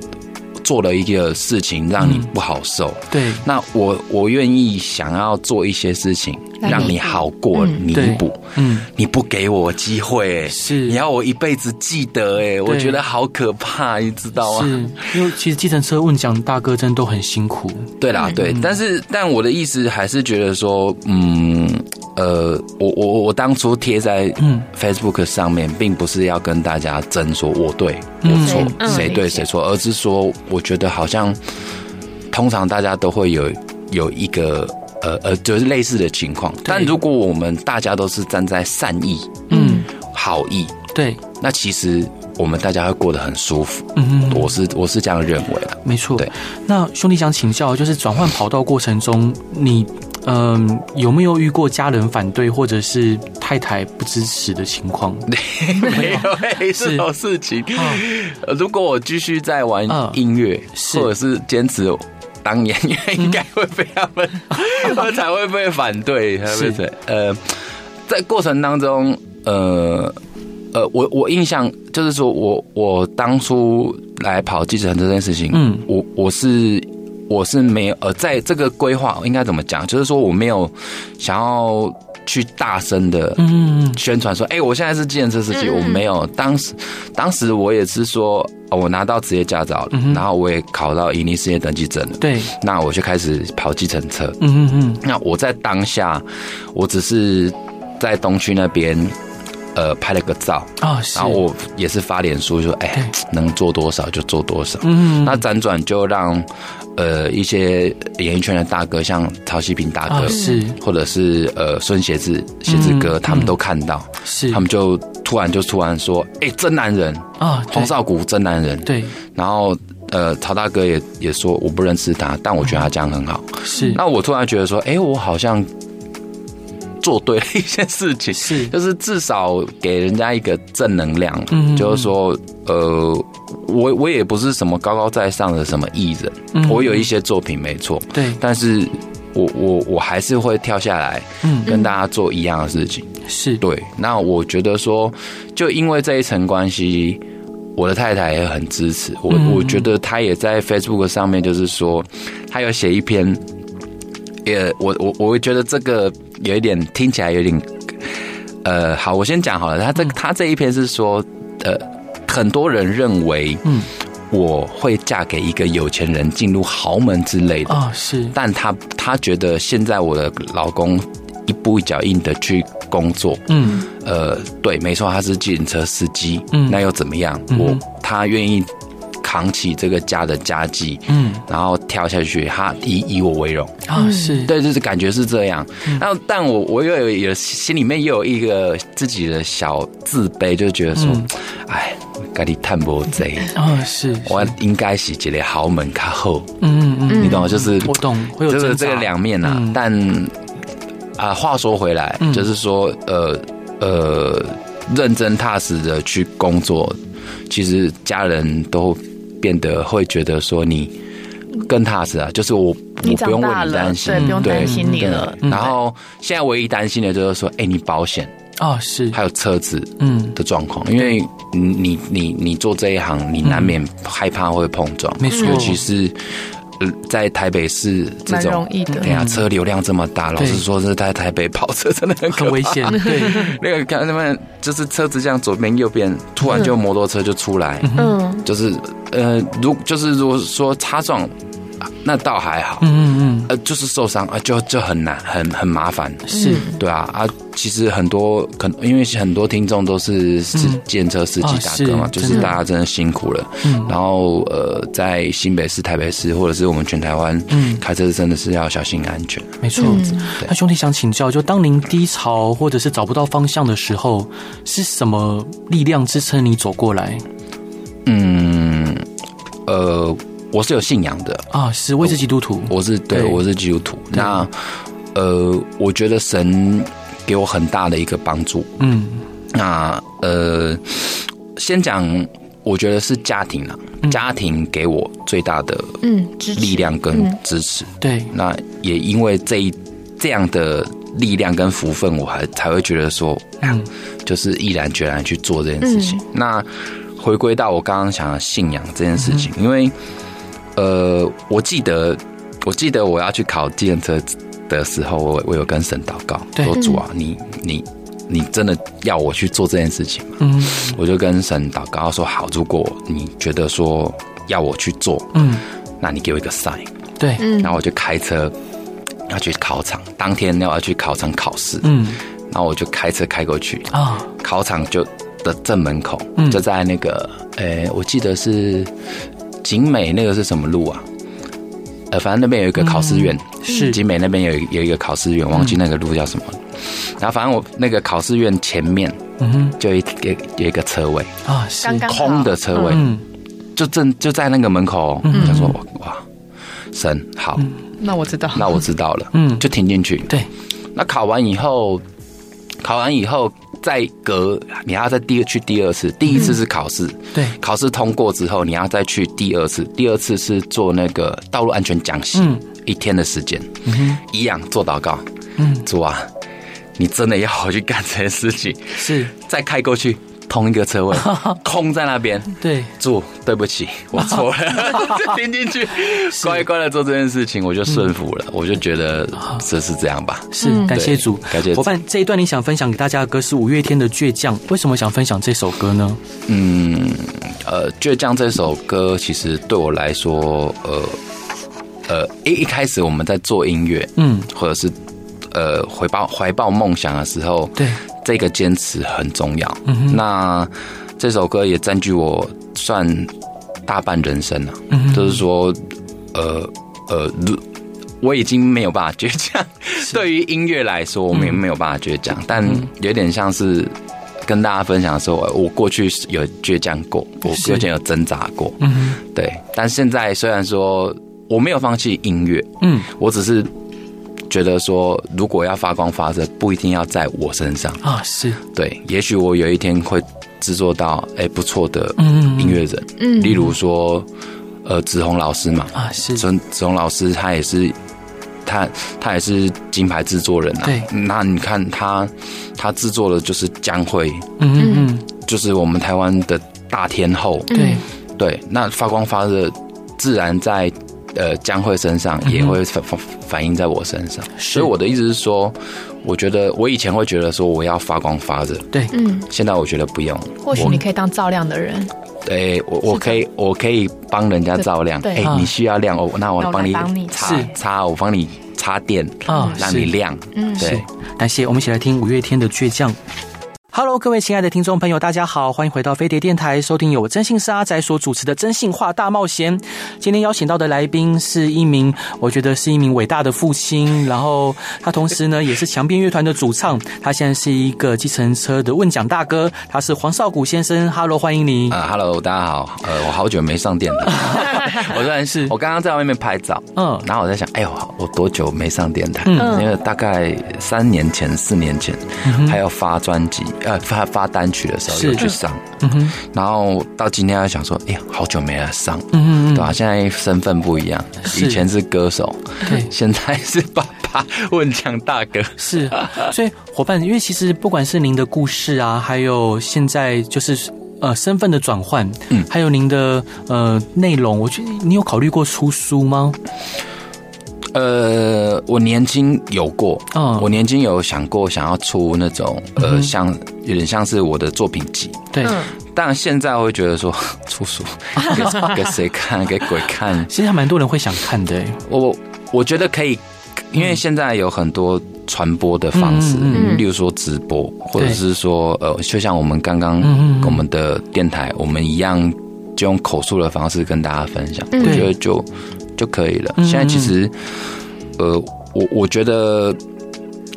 Speaker 3: 做了一个事情让
Speaker 1: 嗯
Speaker 3: 你不好受，
Speaker 1: 对
Speaker 3: 那我我愿意想要做一些事情
Speaker 2: 来弥补
Speaker 3: 让你好过
Speaker 2: 嗯
Speaker 3: 弥
Speaker 1: 对
Speaker 3: 补，
Speaker 1: 嗯
Speaker 3: 你不给我机会、哎
Speaker 1: 是
Speaker 3: 你要我一辈子记得哎、我觉得好可怕，你知道啊吗？
Speaker 1: 是因为其实计程车问讲大哥真都很辛苦
Speaker 3: 对
Speaker 1: 嗯
Speaker 3: 啦，对，但是但我的意思还是觉得说，嗯呃，我我我当初贴在
Speaker 1: 嗯
Speaker 3: Facebook 上面，并不是要跟大家争说我对我
Speaker 1: 嗯
Speaker 3: 错，
Speaker 2: 嗯
Speaker 3: 谁对
Speaker 2: 理解
Speaker 3: 谁错，而是说，我觉得好像通常大家都会有有一个呃呃，就是类似的情况。但如果我们大家都是站在善意、
Speaker 1: 嗯
Speaker 3: 好意，
Speaker 1: 对
Speaker 3: 那其实我们大家会过得很舒服。
Speaker 1: 嗯嗯。
Speaker 3: 我是我是这样认为的。
Speaker 1: 没错
Speaker 3: 对。
Speaker 1: 那兄弟想请教，就是转换跑道过程中，你嗯、有没有遇过家人反对或者是太太不支持的情况？
Speaker 3: 没有欸
Speaker 1: 是
Speaker 3: 这种事情
Speaker 1: 嗯。
Speaker 3: 呃如果我继续在玩
Speaker 1: 嗯
Speaker 3: 音乐，
Speaker 1: 是
Speaker 3: 或者是坚持当演员，应该会被他们，我才会被反对，才会被呃，在过程当中，呃。呃，我我印象就是说我我当初来跑记者这件事情，
Speaker 1: 嗯
Speaker 3: 我我是我是没有呃，在这个规划应该怎么讲，就是说我没有想要去大声的
Speaker 1: 嗯，嗯
Speaker 3: 宣传说，哎、我现在是计程车司机，
Speaker 2: 嗯嗯
Speaker 3: 我没有。当时，当时我也是说，哦我拿到职业驾照了，然后我也考到营利事业登记证了，
Speaker 1: 嗯对，
Speaker 3: 那我就开始跑计程车。
Speaker 1: 嗯嗯
Speaker 3: 那我在当下，我只是在东区那边，呃，拍了个照，
Speaker 1: 嗯，啊是
Speaker 3: 然，后我也是发脸书说，哎、能做多少就做多少。
Speaker 1: 嗯，
Speaker 3: 那辗转就让，呃，一些演艺圈的大哥，像曹希平大哥，
Speaker 1: 啊是
Speaker 3: 或者是呃孙协志、协志哥，
Speaker 1: 嗯
Speaker 3: 他们都看到，
Speaker 1: 是，
Speaker 3: 他们就突然就突然说：“哎、真男人，
Speaker 1: 啊对
Speaker 3: 黄少谷真男人。
Speaker 1: 对”
Speaker 3: 然后呃，曹大哥也也说我不认识他，但我觉得他这样很好。
Speaker 1: 是
Speaker 3: 那我突然觉得说：“哎、我好像做对了一件事情，
Speaker 1: 是
Speaker 3: 就是至少给人家一个正能量。”
Speaker 1: 嗯
Speaker 3: 就是说，呃，我我也不是什么高高在上的什么艺人，
Speaker 1: 嗯
Speaker 3: 我有一些作品没错，
Speaker 1: 对
Speaker 3: 但是我我我还是会跳下来
Speaker 1: 嗯
Speaker 3: 跟大家做一样的事情。
Speaker 1: 是
Speaker 3: 对，那我觉得说，就因为这一层关系，我的太太也很支持我。
Speaker 1: 嗯
Speaker 3: 我觉得她也在 Facebook 上面，就是说，她有写一篇，也我我我会觉得这个有一点听起来有点，呃，好，我先讲好了。她
Speaker 1: 嗯
Speaker 3: 这她这一篇是说，呃，很多人认为，
Speaker 1: 嗯
Speaker 3: 我会嫁给一个有钱人，进入豪门之类的。
Speaker 1: 啊是
Speaker 3: 但她她觉得现在我的老公一步一脚印的去工作，
Speaker 1: 嗯
Speaker 3: 呃，对，没错，他是计程车司机，
Speaker 1: 嗯
Speaker 3: 那又怎么样？
Speaker 1: 嗯哼
Speaker 3: 我他愿意扛起这个家的家计，
Speaker 1: 嗯
Speaker 3: 然后跳下去，他以以我为荣，
Speaker 2: 嗯
Speaker 1: 啊是
Speaker 3: 对，就是感觉是这样。
Speaker 1: 嗯
Speaker 3: 那、但我我又有有心里面也有一个自己的小自卑，就觉得说
Speaker 1: 嗯，
Speaker 3: 哎、该你探波贼，
Speaker 1: 啊是
Speaker 3: 我应该是一个豪门卡后，
Speaker 1: 嗯嗯嗯，
Speaker 3: 你懂吗？就是
Speaker 1: 我懂会有
Speaker 3: 就是
Speaker 1: 挣扎
Speaker 3: 这个两面啊。
Speaker 1: 嗯
Speaker 3: 但啊、话说回来，
Speaker 1: 嗯
Speaker 3: 就是说，呃呃，认真踏实的去工作，其实家人都变得会觉得说你更踏实啊，就是我。我
Speaker 2: 你
Speaker 3: 不用
Speaker 2: 长大
Speaker 3: 为你
Speaker 2: 了，
Speaker 3: 担心，
Speaker 2: 对，不用担心你
Speaker 3: 对
Speaker 2: 了。嗯
Speaker 3: 然后现在唯一担心的就是说，哎、你保险
Speaker 1: 啊是
Speaker 3: 还有车子
Speaker 1: 嗯
Speaker 3: 的状况，因为你你你你做这一行，你难免害怕会碰撞，
Speaker 1: 嗯没错
Speaker 3: 尤其是呃在台北市这
Speaker 2: 蛮
Speaker 3: 种
Speaker 2: 容易的
Speaker 3: 对，呀、车流量这么大，老
Speaker 1: 嗯对
Speaker 3: 实说，这在台北跑车真的很
Speaker 1: 很
Speaker 3: 可怕
Speaker 1: 危险。对
Speaker 3: 那个看他们就是车子这样左边右边，突然就摩托车就出来，
Speaker 2: 嗯，
Speaker 3: 就是呃，如就是如果说擦撞，啊那倒还好，
Speaker 1: 嗯嗯
Speaker 3: 呃，就是受伤啊，就就很难，很很麻烦。
Speaker 1: 嗯是
Speaker 3: 对啊啊，其实很多可能因为很多听众都是是
Speaker 1: 嗯
Speaker 3: 建车司机
Speaker 1: 啊
Speaker 3: 大哥嘛，
Speaker 1: 是
Speaker 3: 就
Speaker 1: 真
Speaker 3: 是
Speaker 1: 的
Speaker 3: 大家真的辛苦了。
Speaker 1: 嗯
Speaker 3: 然后呃，在新北市、台北市或者是我们全台湾，
Speaker 1: 嗯
Speaker 3: 开车真的是要小心安全。
Speaker 1: 没错。
Speaker 2: 嗯
Speaker 1: 那兄弟想请教，就当您低潮或者是找不到方向的时候，是什么力量支撑你走过来
Speaker 3: 嗯，呃，我是有信仰的，
Speaker 1: 啊？是我也是基督徒，
Speaker 3: 我是对
Speaker 1: 对
Speaker 3: 我是基督徒。那呃，我觉得神给我很大的一个帮助。
Speaker 1: 嗯
Speaker 3: 那呃，先讲，我觉得是家庭啊，家庭给我最大的
Speaker 2: 嗯，支持
Speaker 3: 力量跟支持。
Speaker 1: 对，
Speaker 3: 那也因为这一这样的力量跟福分，我还才会觉得说，
Speaker 1: 嗯
Speaker 3: 就是毅然决然去做这件事情。那回归到我刚刚想的信仰这件事
Speaker 1: 嗯
Speaker 3: 情，因为呃，我记得我记得我要去考计程车的时候，我我有跟神祷告，
Speaker 1: 对嗯
Speaker 3: 说主啊，你你你真的要我去做这件事情吗？
Speaker 1: 嗯
Speaker 3: 我就跟神祷告说，好，如果你觉得说要我去做，
Speaker 1: 嗯
Speaker 3: 那你给我一个 sign，
Speaker 1: 对，
Speaker 2: 嗯
Speaker 3: 然后我就开车。要去考场，当天要去考场考试，
Speaker 1: 嗯
Speaker 3: 然后我就开车开过去，
Speaker 1: 啊
Speaker 3: 考场就的正门口，
Speaker 1: 嗯
Speaker 3: 就在那个，诶、我记得是景美那个是什么路啊？呃，反正那边有一个考试院，
Speaker 1: 嗯是
Speaker 3: 景美那边有一有一个考试院，忘记那个路叫什么。然后反正我那个考试院前面
Speaker 1: 嗯哼
Speaker 3: 就有一有有一个车位，
Speaker 1: 啊是
Speaker 2: 刚刚好
Speaker 3: 空的车位，
Speaker 1: 嗯
Speaker 3: 就正就在那个门口哦。
Speaker 1: 嗯
Speaker 3: 想说哇，神好，
Speaker 2: 那我知道。
Speaker 3: 那我知道了，
Speaker 1: 嗯，
Speaker 3: 就填进去。
Speaker 1: 对，
Speaker 3: 那考完以后，考完以后再隔，你还要再第二去第二次，第一次是考试，
Speaker 1: 嗯对，
Speaker 3: 考试通过之后，你要再去第二次，第二次是做那个道路安全讲习，
Speaker 1: 嗯
Speaker 3: 一天的时间，
Speaker 1: 嗯哼，
Speaker 3: 一样做祷告，
Speaker 1: 嗯，
Speaker 3: 主啊，你真的要我去干这些事情，
Speaker 1: 是
Speaker 3: 再开过去。同一个车位 空在那边，
Speaker 1: 对，
Speaker 3: 主，对不起，我错了，
Speaker 1: 哦
Speaker 3: 就 听进去，乖乖的做这件事情，我就顺服
Speaker 1: 嗯
Speaker 3: 了，我就觉得这是这样吧。
Speaker 1: 是，感谢主，
Speaker 3: 感谢主
Speaker 1: 伙伴。这一段你想分享给大家的歌是五月天的《倔强》，为什么想分享这首歌呢？
Speaker 3: 嗯，呃，《倔强》这首歌其实对我来说，呃，呃，一一开始我们在做音乐，
Speaker 1: 嗯，
Speaker 3: 或者是呃怀抱怀抱梦想的时候，
Speaker 1: 对，
Speaker 3: 这个坚持很重要。
Speaker 1: 嗯哼
Speaker 3: 那这首歌也占据我算大半人生了、
Speaker 1: 嗯哼
Speaker 3: 就是说，呃呃，如我已经没有办法倔强。对于音乐来说，我们也没有办法倔强，
Speaker 1: 嗯
Speaker 3: 但有点像是跟大家分享的时候，我过去是有倔强过，我
Speaker 1: 是
Speaker 3: 过去有挣扎过，
Speaker 1: 嗯哼
Speaker 3: 对。但现在虽然说我没有放弃音乐，
Speaker 1: 嗯，
Speaker 3: 我只是觉得说，如果要发光发热，不一定要在我身上。
Speaker 1: 啊，是，
Speaker 3: 对，也许我有一天会制作到哎、不错的
Speaker 1: 嗯嗯嗯
Speaker 3: 音乐人，
Speaker 2: 嗯
Speaker 3: 例如说呃子红老师嘛，
Speaker 1: 啊，是，
Speaker 3: 陈子红老师他也是。他他也是金牌制作人啊，
Speaker 1: 对
Speaker 3: 那你看他他制作的就是江蕙，
Speaker 1: 嗯嗯嗯，
Speaker 3: 就是我们台湾的大天后，
Speaker 1: 对，
Speaker 3: 对，那发光发热自然在呃江蕙身
Speaker 1: 嗯
Speaker 3: 上也会反反反映在我身上，所以我的意思是说，我觉得我以前会觉得说我要发光发热，
Speaker 1: 对，
Speaker 2: 嗯，
Speaker 3: 现在我觉得不用，
Speaker 2: 或许你可以当照亮的人，
Speaker 3: 诶、我我可以我可以帮人家照亮，
Speaker 2: 对
Speaker 3: 诶、
Speaker 1: 啊
Speaker 3: 你需要亮哦，那我
Speaker 2: 那我
Speaker 3: 帮你
Speaker 2: 来帮你
Speaker 3: 擦
Speaker 1: 是
Speaker 3: 擦，我帮你插电，
Speaker 1: 啊，
Speaker 3: 让你
Speaker 1: 是
Speaker 3: 亮，
Speaker 2: 嗯
Speaker 3: 对。
Speaker 1: 感谢，我们一起来听五月天的《倔强》。Hello，各位亲爱的听众朋友，大家好，欢迎回到飞碟电台，收听由我真性是阿仔所主持的《真性话大冒险》。今天邀请到的来宾是一名，我觉得是一名伟大的父亲，然后他同时呢也是强辩乐团的主唱，他现在是一个计程车的问奖大哥，他是黄少谷先生。Hello，欢迎你。
Speaker 3: 啊、h e l l o 大家好，呃，我好久没 上电台，我虽然
Speaker 1: 是
Speaker 3: 我刚刚在外面拍照，
Speaker 1: 嗯
Speaker 3: 然后我在想，哎呦，我多久没上电台？
Speaker 1: 嗯
Speaker 3: 因为大概三年前、四年前，还有发专辑，呃，发发单曲的时候
Speaker 1: 是
Speaker 3: 有去上，
Speaker 1: 嗯哼，
Speaker 3: 然后到今天还想说，哎呀，好久没来上，
Speaker 1: 嗯嗯
Speaker 3: 对
Speaker 1: 嗯，
Speaker 3: 吧、现在身份不一样，
Speaker 1: 是
Speaker 3: 以前是歌手，
Speaker 1: 对。
Speaker 3: 现在是爸爸问强大哥。
Speaker 1: 是， 所以伙伴，因为其实不管是您的故事啊，还有现在就是呃身份的转换，嗯，还有您的呃内容，我觉得你有考虑过出书吗？
Speaker 3: 呃，我年轻有过，
Speaker 1: 嗯
Speaker 3: 我年轻有想过想要出那种呃，
Speaker 1: 嗯哼
Speaker 3: 像有点像是我的作品集，
Speaker 1: 对，
Speaker 2: 嗯，
Speaker 3: 但现在我会觉得说 出书给给谁看，给鬼看，
Speaker 1: 其实还蛮多人会想看的、欸，
Speaker 3: 我我觉得可以，因为现在有很多传播的方式，
Speaker 1: 嗯
Speaker 2: 嗯嗯
Speaker 3: 例如说直播，或者是说呃，就像我们刚刚
Speaker 1: 嗯嗯嗯
Speaker 3: 我们的电台，我们一样就用口述的方式跟大家分享，
Speaker 2: 嗯
Speaker 3: 我觉得就就可以了。
Speaker 1: 嗯嗯
Speaker 3: 现在其实，呃，我我觉得。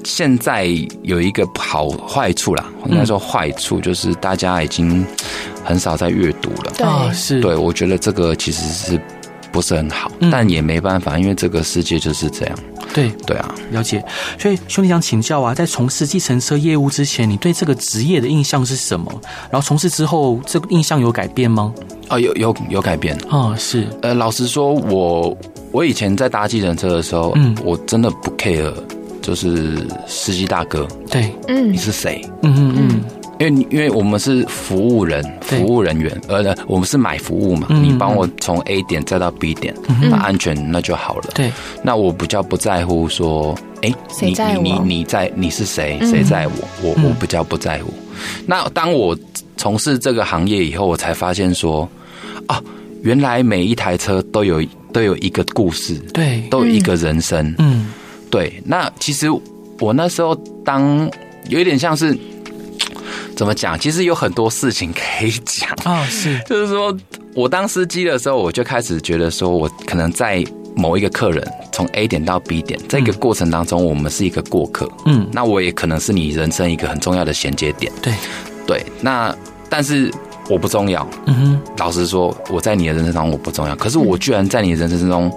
Speaker 3: 现在有一个好坏处啦，应该说坏处就是大家已经很少在阅读了。
Speaker 2: 对，
Speaker 1: 啊是，
Speaker 3: 对，嗯我觉得这个其实是不是很好，
Speaker 1: 嗯
Speaker 3: 但也没办法，因为这个世界就是这样。
Speaker 1: 对，
Speaker 3: 对啊，
Speaker 1: 了解。所以兄弟想请教啊，在从事计程车业务之前，你对这个职业的印象是什么？然后从事之后，这个印象有改变吗？
Speaker 3: 哦，有有有改变。
Speaker 1: 啊，是，
Speaker 3: 呃，老实说，我我以前在搭计程车的时候，
Speaker 1: 嗯
Speaker 3: 我真的不 care，就是司机大哥
Speaker 1: 对，
Speaker 2: 嗯
Speaker 3: 你是谁，
Speaker 1: 嗯嗯嗯，
Speaker 3: 因为你因为我们是服务人，
Speaker 1: 对
Speaker 3: 服务人员，呃，我们是买服务嘛，
Speaker 1: 嗯
Speaker 3: 你帮我从 A 点再到 B 点，那安全那就好了。
Speaker 1: 对，
Speaker 3: 那我比较不在乎说，哎、
Speaker 2: 谁
Speaker 3: 你
Speaker 2: 在
Speaker 3: 你你
Speaker 2: 我嗯
Speaker 3: 你在你是谁，谁在我，我我比较不在乎。那当我从事这个行业以后，我才发现说，啊，原来每一台车都有都有一个故事，
Speaker 1: 对，
Speaker 3: 都有一个人生。
Speaker 1: 嗯，
Speaker 3: 对，那其实我那时候当有一点像是怎么讲，其实有很多事情可以讲。
Speaker 1: 啊，是，
Speaker 3: 就是说我当司机的时候，我就开始觉得说，我可能在某一个客人从 A 点到 B 点这个过程当中，我们是一个过客，
Speaker 1: 嗯，
Speaker 3: 那我也可能是你人生一个很重要的衔接点。
Speaker 1: 对，
Speaker 3: 对，那但是我不重要，
Speaker 1: 嗯哼，
Speaker 3: 老实说，我在你的人生当中我不重要，可是我居然在你的人生中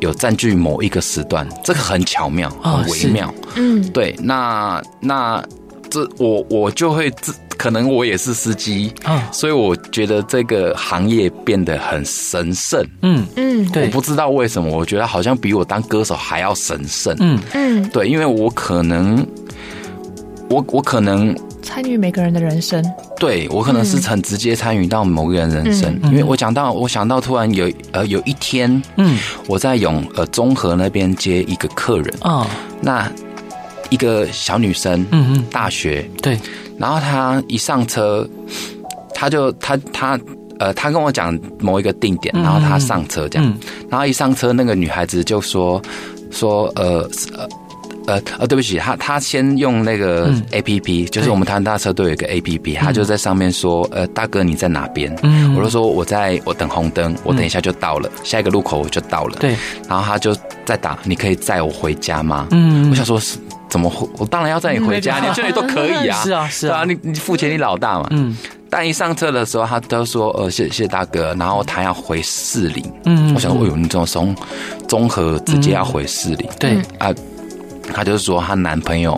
Speaker 3: 有占据某一个时段，这个很巧妙，
Speaker 1: 哦
Speaker 3: 很微妙。
Speaker 2: 嗯，
Speaker 3: 对，那那这我我就会自，可能我也是司机，
Speaker 1: 啊，
Speaker 3: 所以我觉得这个行业变得很神圣。
Speaker 1: 嗯，
Speaker 2: 嗯，
Speaker 1: 对
Speaker 3: 我不知道为什么，我觉得好像比我当歌手还要神圣。
Speaker 1: 嗯，
Speaker 2: 嗯，
Speaker 3: 对，因为我可能，我我可能
Speaker 2: 参与每个人的人生，
Speaker 3: 对我可能是很直接参与到某个人人生，
Speaker 1: 嗯
Speaker 3: 因为我讲到，我想到突然有呃有一天
Speaker 1: 嗯，
Speaker 3: 我在永呃中和那边接一个客人，
Speaker 1: 啊，
Speaker 3: 那一个小女生，
Speaker 1: 嗯嗯，
Speaker 3: 大学，
Speaker 1: 对，
Speaker 3: 然后她一上车，她就她她呃她跟我讲某一个定点，
Speaker 1: 嗯
Speaker 3: 然后她上车这样，
Speaker 1: 嗯
Speaker 3: 然后一上车那个女孩子就说说呃呃。呃呃，对不起，她她先用那个
Speaker 1: 嗯
Speaker 3: A P P，、就是我们台湾大车队有一个 A P P，她就在上面说，呃，大哥你在哪边？
Speaker 1: 嗯，
Speaker 3: 我就说我在我等红灯，我等一下就到了，下一个路口我就到了。，
Speaker 1: 对，
Speaker 3: 然后他就再打，你可以载我回家吗？
Speaker 1: 嗯，
Speaker 3: 我想说是怎么会？我当然要载你回家，
Speaker 1: 嗯 没
Speaker 3: 你
Speaker 1: 办法
Speaker 3: 去哪里都可以啊。
Speaker 1: 是啊，是
Speaker 3: 对啊，
Speaker 1: 啊，
Speaker 3: 你你付钱你老大嘛。
Speaker 1: 嗯
Speaker 3: 但一上车的时候，他都说呃谢谢谢大哥，然后他要回士林。
Speaker 1: 嗯，
Speaker 3: 我想说，哎呦，你怎么从综合直接要回士林？
Speaker 1: 对
Speaker 2: 嗯
Speaker 3: 啊，她就说她男朋友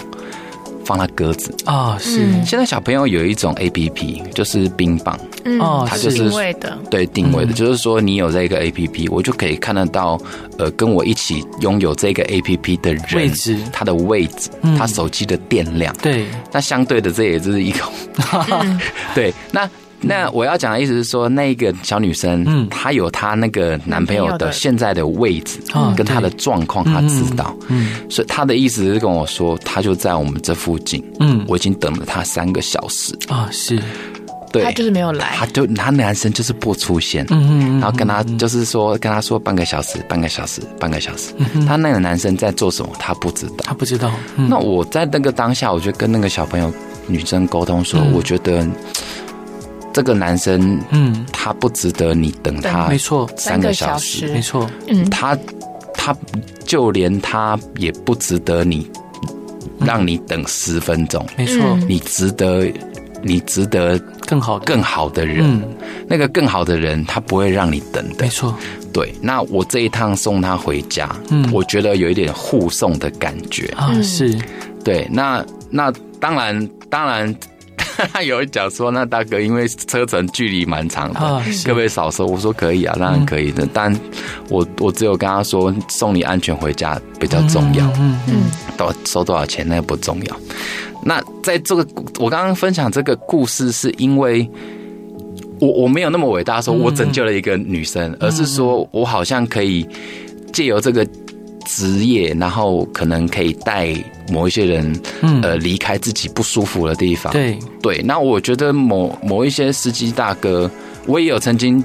Speaker 3: 放她鸽子。
Speaker 1: 啊，是，
Speaker 2: 嗯
Speaker 3: 现在小朋友有一种 A P P，就是冰棒。
Speaker 2: 嗯
Speaker 1: 哦
Speaker 3: 它就是
Speaker 2: 定位的，
Speaker 3: 对定位的，
Speaker 1: 嗯
Speaker 3: 就是说你有这个 A P P，我就可以看得到，呃，跟我一起拥有这个 A P P 的人
Speaker 1: 位置
Speaker 3: 他的位置
Speaker 1: 嗯，
Speaker 3: 他手机的电量。
Speaker 1: 对，
Speaker 3: 那相对的，这也就是一个， 对，那。那我要讲的意思是说，那个小女生，
Speaker 1: 嗯
Speaker 3: 她有她那个男朋友
Speaker 2: 男朋友
Speaker 3: 的
Speaker 2: 的
Speaker 3: 现在的位置
Speaker 1: 啊，
Speaker 3: 跟她的
Speaker 1: 对
Speaker 3: 状况，她知道，
Speaker 1: 嗯
Speaker 3: 所以她的意思是跟我说，她就在我们这附近，
Speaker 1: 嗯，
Speaker 3: 我已经等了她三个小时，
Speaker 1: 啊，是，
Speaker 3: 对，
Speaker 2: 他就是没有来
Speaker 3: 她，就她男生就是不出现，
Speaker 1: 嗯嗯，
Speaker 3: 然后跟他就是说跟他说半个小时，半个小时，半个小时。
Speaker 1: 嗯
Speaker 3: 他那个男生在做什么，他不知道。
Speaker 1: 他不知道，嗯
Speaker 3: 那我在那个当下，我就跟那个小朋友女生沟通说，
Speaker 1: 嗯
Speaker 3: 我觉得嘖这个男生
Speaker 1: 嗯，
Speaker 3: 他不值得你等他
Speaker 1: 没错，
Speaker 3: 三个小时，
Speaker 1: 没错，
Speaker 2: 嗯
Speaker 3: 他他就连他也不值得你让你等十分钟，
Speaker 1: 嗯没错，
Speaker 2: 嗯
Speaker 3: 你值得你值得
Speaker 1: 更好的，
Speaker 3: 更好的人，
Speaker 1: 嗯，
Speaker 3: 那个更好的人他不会让你等的
Speaker 1: 没。错，
Speaker 3: 对，那我这一趟送她回家，
Speaker 1: 嗯
Speaker 3: 我觉得有一点护送的感觉。
Speaker 1: 啊，
Speaker 2: 嗯
Speaker 1: 是，
Speaker 3: 对，那那当然当然， 他有讲说，那大哥因为车程距离蛮长的。
Speaker 1: 啊，
Speaker 3: 可
Speaker 1: 是，嗯
Speaker 3: 不可以少收？我说可以啊，当然可以的。但我我只有跟他说，送你安全回家比较重要，
Speaker 1: 嗯嗯
Speaker 2: 嗯
Speaker 3: 多、收多少钱那个不重要。那在这个我刚刚分享这个故事，是因为我我没有那么伟大，说我拯救了一个女
Speaker 1: 嗯
Speaker 3: 生，而是说我好像可以借由这个职业，然后可能可以带某一些人
Speaker 1: 嗯，
Speaker 3: 呃离开自己不舒服的地方。
Speaker 1: 对，
Speaker 3: 对，那我觉得某某一些司机大哥，我也有曾经。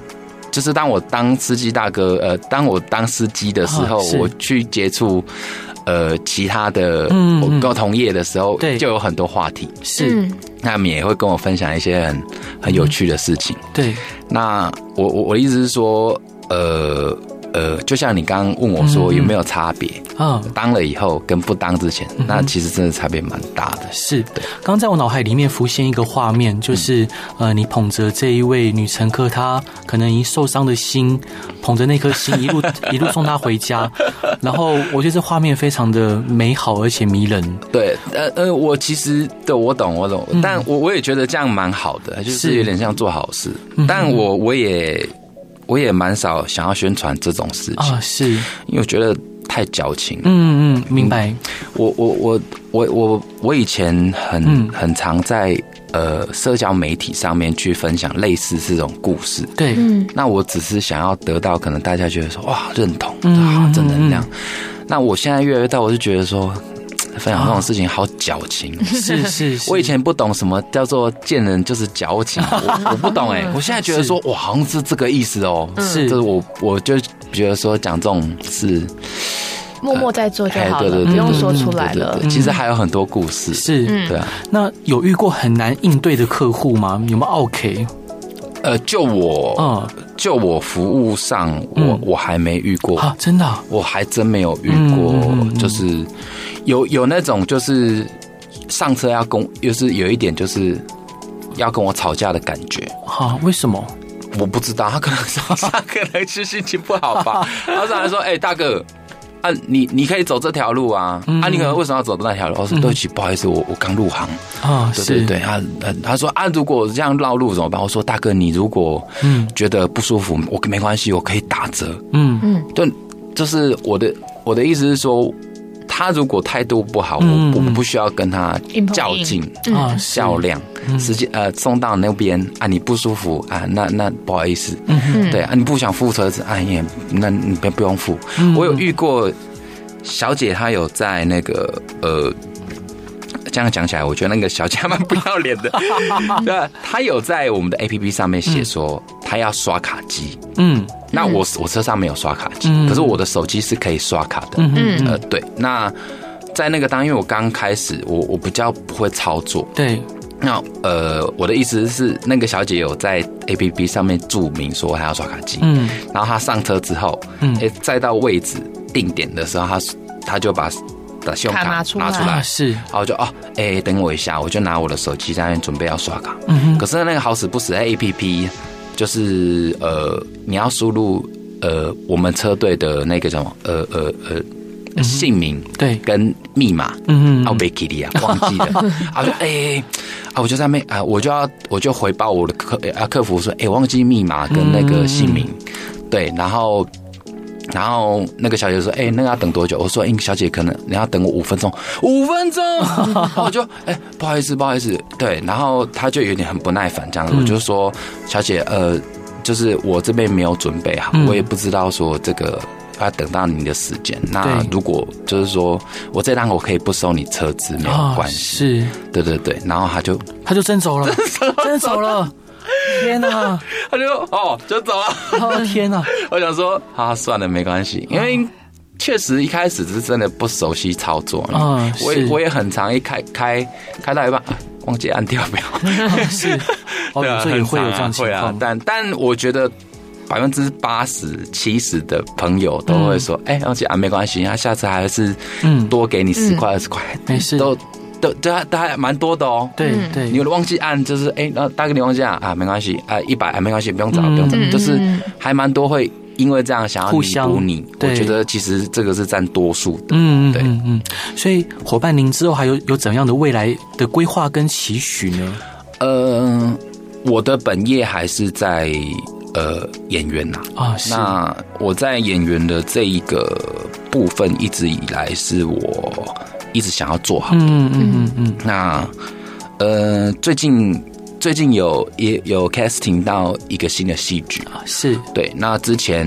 Speaker 3: 就是当我当司机大哥，呃，当我当司机的时候，
Speaker 1: 啊是
Speaker 3: 我去接触，呃，其他的
Speaker 1: 嗯
Speaker 3: 我
Speaker 1: 嗯
Speaker 3: 跟我同业的时候，
Speaker 1: 对
Speaker 3: 就有很多话题，
Speaker 1: 是，
Speaker 2: 嗯
Speaker 3: 那他们也会跟我分享一些很很有趣的事情。
Speaker 1: 对，
Speaker 3: 那我我我的意思是说，呃呃，就像你刚刚问我
Speaker 1: 嗯
Speaker 3: 说
Speaker 1: 嗯
Speaker 3: 有没有差别，
Speaker 1: 啊，
Speaker 3: 当了以后跟不当之前，
Speaker 1: 嗯
Speaker 3: 那其实真的差别蛮大的。
Speaker 1: 是，刚刚在我脑海里面浮现一个画面，就是、
Speaker 3: 嗯
Speaker 1: 呃，你捧着这一位女乘客，她可能因受伤的心，捧着那颗心一路 一路送她回家，然后我觉得这画面非常的美好而且迷人。
Speaker 3: 对，呃呃，我其实对我懂，我懂，但我我也觉得这样蛮好的，就是
Speaker 1: 嗯是嗯
Speaker 3: 有点像做好事。但我我也我也蛮少想要宣传这种事情，
Speaker 1: 啊，是，
Speaker 3: 因为我觉得太矫情了。
Speaker 1: 嗯嗯，明白，
Speaker 3: 我我我我我我以前很、
Speaker 1: 嗯
Speaker 3: 很常在呃社交媒体上面去分享类似这种故事。
Speaker 1: 对，
Speaker 2: 嗯
Speaker 3: 那我只是想要得到，可能大家觉得说哇认同
Speaker 1: 嗯
Speaker 3: 啊
Speaker 1: 嗯
Speaker 3: 正能量。那我现在越来越大，我就觉得说分
Speaker 1: 啊
Speaker 3: 享这种事情好矫情。哦
Speaker 1: 是是是，
Speaker 3: 我以前不懂什么叫做见人就是矫情，我我不懂哎、我现在觉得说哇好像是这个意思哦、
Speaker 1: 是
Speaker 3: 就是我我就觉得说讲这种事，
Speaker 2: 默默在做就
Speaker 3: 哎
Speaker 2: 好
Speaker 3: 对
Speaker 2: 了，
Speaker 3: 对对，
Speaker 2: 不用
Speaker 3: 对
Speaker 2: 说
Speaker 3: 对
Speaker 2: 出
Speaker 3: 对
Speaker 2: 来
Speaker 3: 对
Speaker 2: 了
Speaker 3: 对。其实还有很多故事，
Speaker 1: 是、
Speaker 2: 嗯
Speaker 3: 对啊。
Speaker 1: 那有遇过很难应对的客户吗？有没有 OK？
Speaker 3: 呃，就我、
Speaker 1: 嗯，
Speaker 3: 就我服务上，我、
Speaker 1: 嗯
Speaker 3: 我还没遇过，
Speaker 1: 啊，真的啊、
Speaker 3: 我还真没有遇过，
Speaker 1: 嗯嗯嗯嗯
Speaker 3: 就是有有那种就是上车要跟，就是有一点就是要跟我吵架的感觉，
Speaker 1: 啊好、为什么？
Speaker 3: 我不知道，他可能上 他可能是心情不好 吧。他上来说：“哎、大哥。”啊，你你可以走这条路啊！啊，你可能为什么要走那条路？我说对不起，不好意思，我我刚入行。
Speaker 1: 啊，
Speaker 3: 对对
Speaker 1: 是
Speaker 3: 对，他他他说啊，如果这样绕路怎么办？我说大哥，你如果
Speaker 1: 嗯
Speaker 3: 觉得不舒服，我没关系，我可以打折。
Speaker 1: 嗯
Speaker 3: 对，就是我的我的意思是说，他如果态度不好，
Speaker 1: 嗯
Speaker 3: 我我
Speaker 1: 嗯
Speaker 3: 不需要跟他
Speaker 2: 硬碰
Speaker 3: 较
Speaker 2: 硬
Speaker 3: 劲。
Speaker 1: 啊，是
Speaker 3: 较量，直接呃送到那边啊，你不舒服啊，那那不好意思，
Speaker 2: 嗯
Speaker 3: 对啊，你不想付车子，哎、也那你不不用付。
Speaker 1: 嗯
Speaker 3: 我有遇过小姐，她有在那个呃，这样讲起来，我觉得那个小姐还蛮不要脸 的，对啊，她有在我们的 A P P 上面写说她要刷卡机，
Speaker 1: 嗯
Speaker 3: 那我我车上没有刷卡机，
Speaker 1: 嗯
Speaker 3: 可是我的手机是可以刷卡的，
Speaker 1: 嗯嗯，
Speaker 3: 呃，对，那。在那个当，因为我刚开始，我我比较不会操作，
Speaker 1: 对，
Speaker 3: 那呃，我的意思是，那个小姐有在 A P P 上面注明说她要刷卡机，
Speaker 1: 嗯
Speaker 3: 然后她上车之后，
Speaker 1: 嗯
Speaker 3: 嗯，哎，再到位置定点的时候，她她就把把信用
Speaker 2: 卡
Speaker 3: 卡
Speaker 2: 拿
Speaker 3: 拿
Speaker 2: 出
Speaker 3: 出
Speaker 2: 来
Speaker 3: 来，
Speaker 1: 啊是，
Speaker 3: 然后我就哦，哎，等我一下，我就拿我的手机在那边准备要刷卡，
Speaker 1: 嗯哼
Speaker 3: 可是那个好死不死在 A P P，就是呃，你要输入呃我们车队的那个什么呃呃呃姓名
Speaker 1: 对，
Speaker 3: 跟密码，
Speaker 1: 嗯
Speaker 3: 啊，我
Speaker 1: 嗯
Speaker 3: 没给你啊，忘记了。 啊，我就哎、欸啊，我就在那边啊，我就要我就回报我的客欸啊客服说，哎、忘记密码跟那
Speaker 1: 嗯
Speaker 3: 个姓名，对，然后。然后那个小姐说：“哎、那个要等多久？”我说：“哎、小姐，可能你要等我五分钟。”五分 钟，然后我就哎、不好意思，不好意思，对。然后她就有点很不耐烦这样子，我就说：“小姐，呃，就是我这边没有准备好，
Speaker 1: 嗯
Speaker 3: 我也不知道说这个要等到你的时间。那
Speaker 1: 对
Speaker 3: 如果就是说我这单我可以不收你车资，没有
Speaker 1: 啊
Speaker 3: 关系。
Speaker 1: 是，
Speaker 3: 对对对，然后他就
Speaker 1: 他就真走了，真走了，天哪，
Speaker 3: 他就哦就走了。
Speaker 1: 哦天哪，
Speaker 3: 我想说啊，算了，没关
Speaker 1: 哦
Speaker 3: 系，因为。确实，一开始是真的不熟悉操作。
Speaker 1: 嗯
Speaker 3: 我也
Speaker 1: 是
Speaker 3: 我也很常一开开开到一半，啊忘记按掉表。
Speaker 1: 是， 哦，所以
Speaker 3: 啊很
Speaker 1: 会有这
Speaker 3: 常
Speaker 1: 样情
Speaker 3: 啊会啊
Speaker 1: 况，
Speaker 3: 但但我觉得百分之八十、七十的朋友都会说：“哎、而且啊，没关系，他下次还是
Speaker 1: 嗯
Speaker 3: 多给你十块、二十块，
Speaker 1: 没事
Speaker 3: 都都都还都还蛮多的哦。”
Speaker 1: 对对，
Speaker 3: 你有的忘记按，就是哎，那、大哥你忘记按啊，没关系啊，一百啊没关系，不用找，
Speaker 1: 嗯
Speaker 3: 不用找
Speaker 1: 嗯，
Speaker 3: 就是还蛮多会因为这样想要
Speaker 1: 互
Speaker 3: 弥补
Speaker 1: 相
Speaker 3: 你。我
Speaker 1: 对
Speaker 3: 觉得其实这个是占多数的。
Speaker 1: 嗯嗯
Speaker 3: 对
Speaker 1: 嗯嗯，所以伙伴，您之后还有有怎样的未来的规划跟期许呢？
Speaker 3: 呃，我的本业还是在呃演员呐、
Speaker 1: 啊，是，
Speaker 3: 那我在演员的这一个部分，一直以来是我一直想要做好。
Speaker 1: 嗯嗯嗯嗯
Speaker 3: 那呃，最近最近有也有 casting 到一个新的戏剧，
Speaker 1: 嗯，是，
Speaker 3: 对。那之前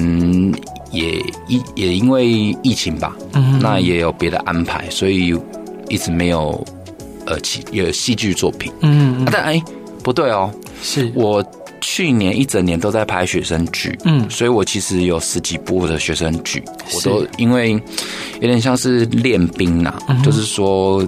Speaker 3: 也一也因为疫情吧，
Speaker 1: 嗯，
Speaker 3: 那也有别的安排，所以一直没有呃戏有戏剧作品。
Speaker 1: 嗯
Speaker 3: 啊
Speaker 1: 嗯
Speaker 3: 但哎、不对哦，
Speaker 1: 是，
Speaker 3: 我去年一整年都在拍学生剧，
Speaker 1: 嗯
Speaker 3: 所以我其实有十几部的学生剧，我
Speaker 1: 是
Speaker 3: 都因为有点像是练兵啊，
Speaker 2: 嗯
Speaker 3: 就是说，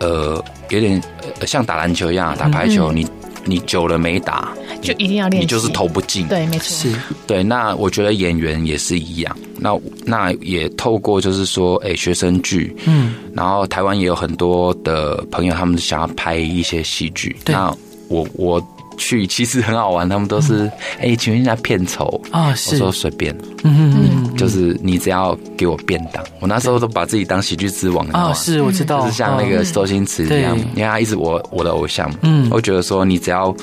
Speaker 3: 呃，有点呃像打篮球一样，打排球，你你久了没打，
Speaker 2: 嗯就一定要练习，
Speaker 3: 你就是投不进。
Speaker 2: 对，没错，
Speaker 1: 是，
Speaker 3: 对，那我觉得演员也是一样，那那也透过就是说，哎、学生剧，
Speaker 1: 嗯
Speaker 3: 然后台湾也有很多的朋友，他们想要拍一些戏剧。
Speaker 1: 对
Speaker 3: 那我我去其实很好玩，他们都是哎、请问一下片酬。
Speaker 1: 啊
Speaker 3: 我
Speaker 1: 嗯是，
Speaker 3: 说随便，
Speaker 1: 嗯嗯
Speaker 3: 就是你只要给我便当。我那时候都把自己当喜剧之王，你知道
Speaker 1: 啊
Speaker 3: 吗？
Speaker 1: 是，我知道，
Speaker 3: 嗯就是像那个周星驰一样，
Speaker 1: 对
Speaker 3: 因为他一直我我的偶像，
Speaker 1: 嗯
Speaker 3: 我觉得说你只要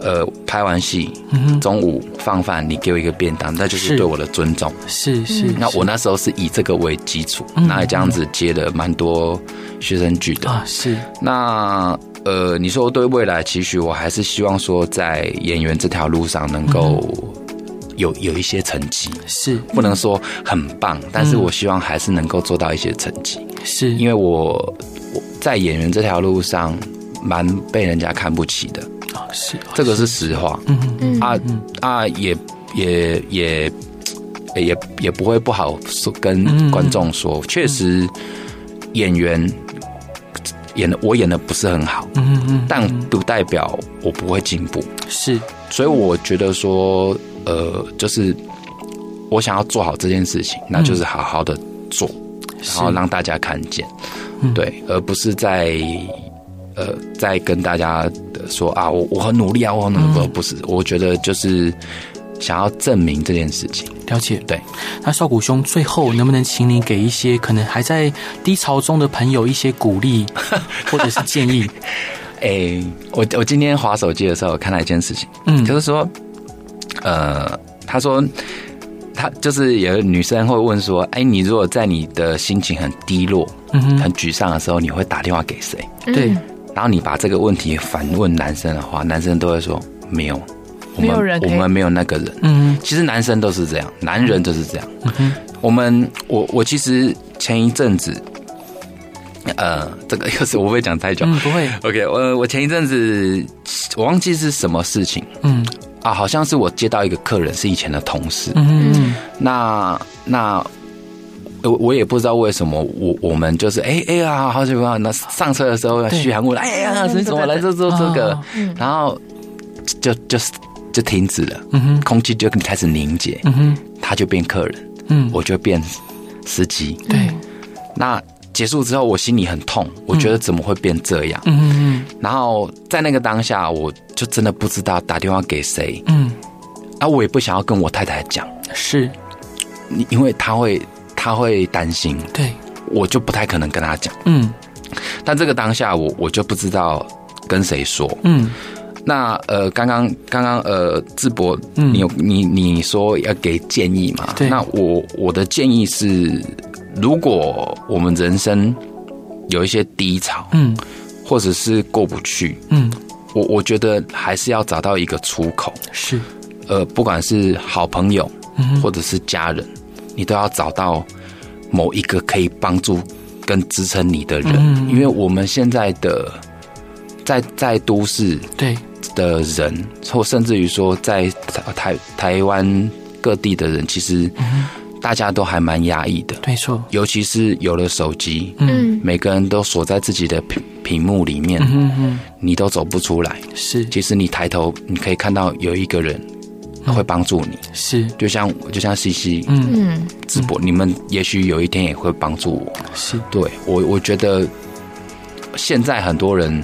Speaker 3: 呃拍完戏，
Speaker 1: 嗯
Speaker 3: 中午放饭，你给我一个便当，那就是
Speaker 1: 是
Speaker 3: 对我的尊重。
Speaker 1: 嗯是是，嗯
Speaker 3: 那我那时候是以这个为基础，那也这样子接了蛮多学生剧的。
Speaker 1: 啊是，
Speaker 3: 那呃，你说对未来期许，我还是希望说在演员这条路上能够
Speaker 1: 嗯
Speaker 3: 有有一些成绩，
Speaker 1: 是
Speaker 3: 不能说很棒，
Speaker 1: 嗯
Speaker 3: 但是我希望还是能够做到一些成绩，
Speaker 1: 是，
Speaker 3: 因为我我在演员这条路上蛮被人家看不起的，
Speaker 1: 啊是
Speaker 3: 这个是实话。
Speaker 1: 嗯嗯嗯
Speaker 3: 啊啊，也也也也也也不会不好说
Speaker 1: 嗯
Speaker 3: 跟观众说，确实演员演的我演的不是很好，
Speaker 1: 嗯嗯
Speaker 3: 但不代表我不会进步，
Speaker 1: 是
Speaker 3: 所以我觉得说，呃，就是我想要做好这件事情，那就是好好的做，然
Speaker 1: 嗯是
Speaker 3: 后让大家看见，
Speaker 1: 嗯
Speaker 3: 对，而不是在。呃，
Speaker 1: 嗯
Speaker 3: 在跟大家呃说啊，我我很努力啊，我很努力，不是，我觉得就是想要证明这件事情。
Speaker 1: 了解，
Speaker 3: 对。
Speaker 1: 那少谷兄，最后能不能请你给一些可能还在低潮中的朋友一些鼓 励或者是建议？
Speaker 3: 哎、我我今天划手机的时候看到一件事情，
Speaker 1: 嗯，
Speaker 3: 就是说，呃，他说，他就是有的女生会问说，哎、你如果在你的心情很低落、
Speaker 1: 嗯哼，
Speaker 3: 很沮丧的时候，你会打电话给谁？
Speaker 1: 对，
Speaker 2: 嗯
Speaker 3: 然后你把这个问题反问男生的话，男生都会说没有，我
Speaker 2: 没有人
Speaker 3: 们
Speaker 2: 可
Speaker 3: 我
Speaker 2: 以
Speaker 3: 们没有那个人。
Speaker 1: 嗯
Speaker 3: 其实男生都是这样，男人就是这样。
Speaker 1: 哼
Speaker 3: 我们我我其实前一阵子，呃，这个 又是我不会讲太久。
Speaker 1: 嗯，不会，
Speaker 3: OK，我我前一阵子我忘记是什么事情
Speaker 1: 嗯
Speaker 3: 啊，好像是我接到一个客人是以前的同事，
Speaker 1: 嗯嗯
Speaker 3: 那那。我我也不知道为什么，我我们就是哎哎呀，好久不见。那上车的时候，
Speaker 1: 对
Speaker 3: 嘘寒问暖，哎呀，
Speaker 2: 嗯
Speaker 3: 你怎么来这这这个
Speaker 1: 哦？
Speaker 2: 嗯
Speaker 3: 然后就就是就停止了，
Speaker 1: 嗯哼
Speaker 3: 空气就开始凝结，
Speaker 1: 嗯哼
Speaker 3: 他就变客人，
Speaker 1: 嗯，
Speaker 3: 我就变司机。
Speaker 1: 对，
Speaker 3: 那结束之后，我心里很痛，我觉得怎么会变这样？
Speaker 1: 嗯嗯
Speaker 3: 然后在那个当下，我就真的不知道打电话给谁
Speaker 1: 嗯
Speaker 3: 啊，我也不想要跟我太太讲，
Speaker 1: 嗯，是
Speaker 3: 你因为她会她会担心，
Speaker 1: 对，
Speaker 3: 我就不太可能跟她讲。
Speaker 1: 嗯
Speaker 3: 但这个当下我，我就不知道跟谁说。
Speaker 1: 嗯
Speaker 3: 那呃，刚刚刚刚呃，智博，
Speaker 1: 嗯
Speaker 3: 你有你你说要给建议嘛？
Speaker 1: 对
Speaker 3: 那我我的建议是，如果我们人生有一些低潮，
Speaker 1: 嗯
Speaker 3: 或者是过不去，
Speaker 1: 嗯，
Speaker 3: 我我觉得还是要找到一个出口。
Speaker 1: 是，
Speaker 3: 呃，不管是好朋友
Speaker 1: 嗯哼
Speaker 3: 或者是家人，你都要找到某一个可以帮助跟支撑你的人，
Speaker 1: 嗯
Speaker 3: 因为我们现在的在在都市
Speaker 1: 对，
Speaker 3: 的人，或甚至于说在台台台湾各地的人，其实
Speaker 1: 嗯
Speaker 3: 大家都还蛮压抑的，
Speaker 1: 没错，
Speaker 3: 尤其是有了手机，
Speaker 1: 嗯
Speaker 3: 每个人都锁在自己的屏屏幕里面，
Speaker 1: 嗯嗯
Speaker 3: 你都走不出来。
Speaker 1: 嗯，是
Speaker 3: 其实你抬头，你可以看到有一个人
Speaker 1: 嗯
Speaker 3: 会帮助你，
Speaker 1: 是，
Speaker 3: 就像就像西西
Speaker 1: 嗯
Speaker 2: 嗯，
Speaker 3: 直播，你们也许有一天也会帮助我。
Speaker 1: 是，
Speaker 3: 对我，我觉得现在很多人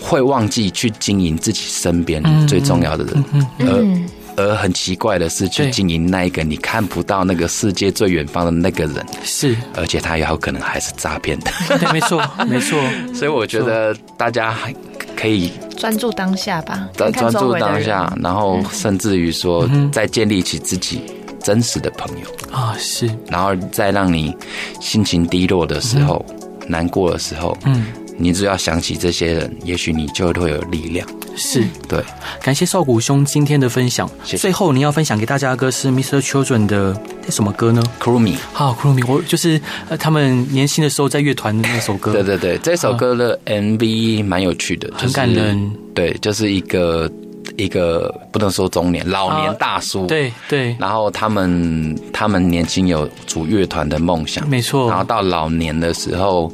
Speaker 3: 会忘记去经营自己身边
Speaker 1: 嗯
Speaker 3: 最重要的人，
Speaker 1: 嗯
Speaker 2: 嗯，
Speaker 3: 而很奇怪的是去
Speaker 1: 对
Speaker 3: 经营那一个你看不到那个世界最远方的那个人，
Speaker 1: 是，
Speaker 3: 而且他也有可能还是诈骗的。
Speaker 1: 对，没 错没错，
Speaker 3: 所以我觉得大家还可以
Speaker 2: 专注当下吧，
Speaker 3: 专
Speaker 2: 看
Speaker 3: 专
Speaker 2: 周
Speaker 3: 注
Speaker 2: 围的
Speaker 3: 当
Speaker 2: 人
Speaker 3: 下，，然后甚至于说
Speaker 1: 嗯哼
Speaker 3: 再建立起自己真实的朋友，
Speaker 1: 啊是，
Speaker 3: 然后再让你心情低落的时候、难过的时候，
Speaker 1: 嗯。
Speaker 3: 你只要想起这些人，也许你就会有力量。
Speaker 1: 是，
Speaker 3: 对，
Speaker 1: 感谢少谷兄今天的分享。
Speaker 3: 谢谢
Speaker 1: 最后，你要分享给大家的歌是 Mr. Children 的那什么歌呢？
Speaker 3: Kurumi，
Speaker 1: 好，库鲁米，啊我就是呃，他们年轻的时候在乐团的那首歌，
Speaker 3: 对对对，这首歌的 MV 蛮有趣的，就是
Speaker 1: 嗯很感人。
Speaker 3: 对，就是一个一个不能说中年老年大叔，。
Speaker 1: 啊对对，
Speaker 3: 然后他们他们年轻有组乐团的梦想，
Speaker 1: 没错
Speaker 3: 然，后到老年的时候，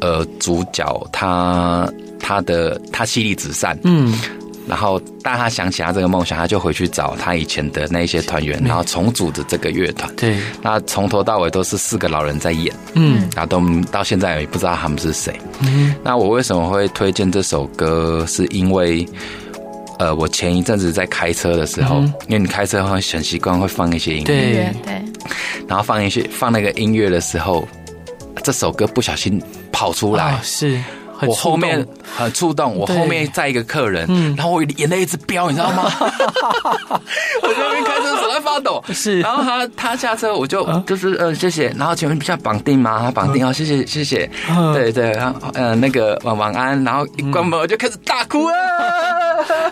Speaker 3: 呃，主角他他的他妻离子散，
Speaker 1: 嗯，
Speaker 3: 然后但他想起他这个梦想，他就回去找他以前的那些团员，然后重组的这个乐团。
Speaker 1: 嗯对，
Speaker 3: 那从头到尾都是四个老人在演，
Speaker 1: 嗯
Speaker 3: 然后都到现在也不知道他们是谁。
Speaker 1: 嗯
Speaker 3: 那我为什么会推荐这首歌？是因为，呃，我前一阵子在开车的时候，
Speaker 1: 嗯
Speaker 3: 因为你开车会很习惯会放一些音乐，
Speaker 1: 对
Speaker 2: 对对，
Speaker 3: 然后放一些放那个音乐的时候，这首歌不小心跑出来，
Speaker 1: 啊是，很
Speaker 3: 我
Speaker 1: 触
Speaker 3: 后
Speaker 1: 动
Speaker 3: 面很触动，我
Speaker 1: 对
Speaker 3: 后面载一个客人，
Speaker 1: 嗯
Speaker 3: 然后我眼泪一直飙，你知道 吗？我在那边开车手在发抖。
Speaker 1: 是啊
Speaker 3: 然后他他下车，我就就是呃谢谢，然后前面比较绑定嘛，他绑定，哦谢谢谢谢，
Speaker 1: 嗯
Speaker 3: 对对，然后呃那个晚晚安，然后一关门我就开始大哭 啊，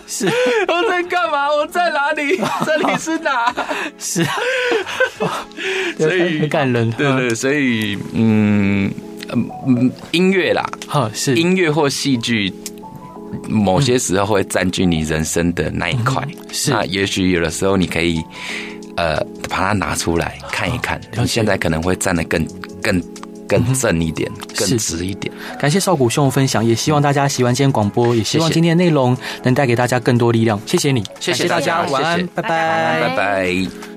Speaker 1: 是
Speaker 3: 我在干嘛？我在 哪里？这里是哪？
Speaker 1: 嗯 是，
Speaker 3: 所以
Speaker 1: 很感人，
Speaker 3: 对对，所以嗯嗯嗯音乐啦，
Speaker 1: 嗯，好是
Speaker 3: 音乐或戏剧，某些时候会占据你人生的那一块。
Speaker 1: 嗯是
Speaker 3: 那也许有的时候你可以，呃，把它拿出来看一看。
Speaker 1: 解
Speaker 3: 你现在可能会站得更更更正一点，
Speaker 1: 嗯是
Speaker 3: 更直一点。
Speaker 1: 感谢少谷兄的分享，也希望大家喜欢今天广播，也希望
Speaker 3: 谢谢
Speaker 1: 今天的内容能带给大家更多力量。谢谢你，
Speaker 3: 谢谢
Speaker 1: 感大
Speaker 3: 大
Speaker 1: 家，
Speaker 3: 家
Speaker 1: 晚安
Speaker 3: 谢谢，
Speaker 1: 拜
Speaker 2: 拜
Speaker 1: 拜
Speaker 2: 拜
Speaker 3: 拜拜。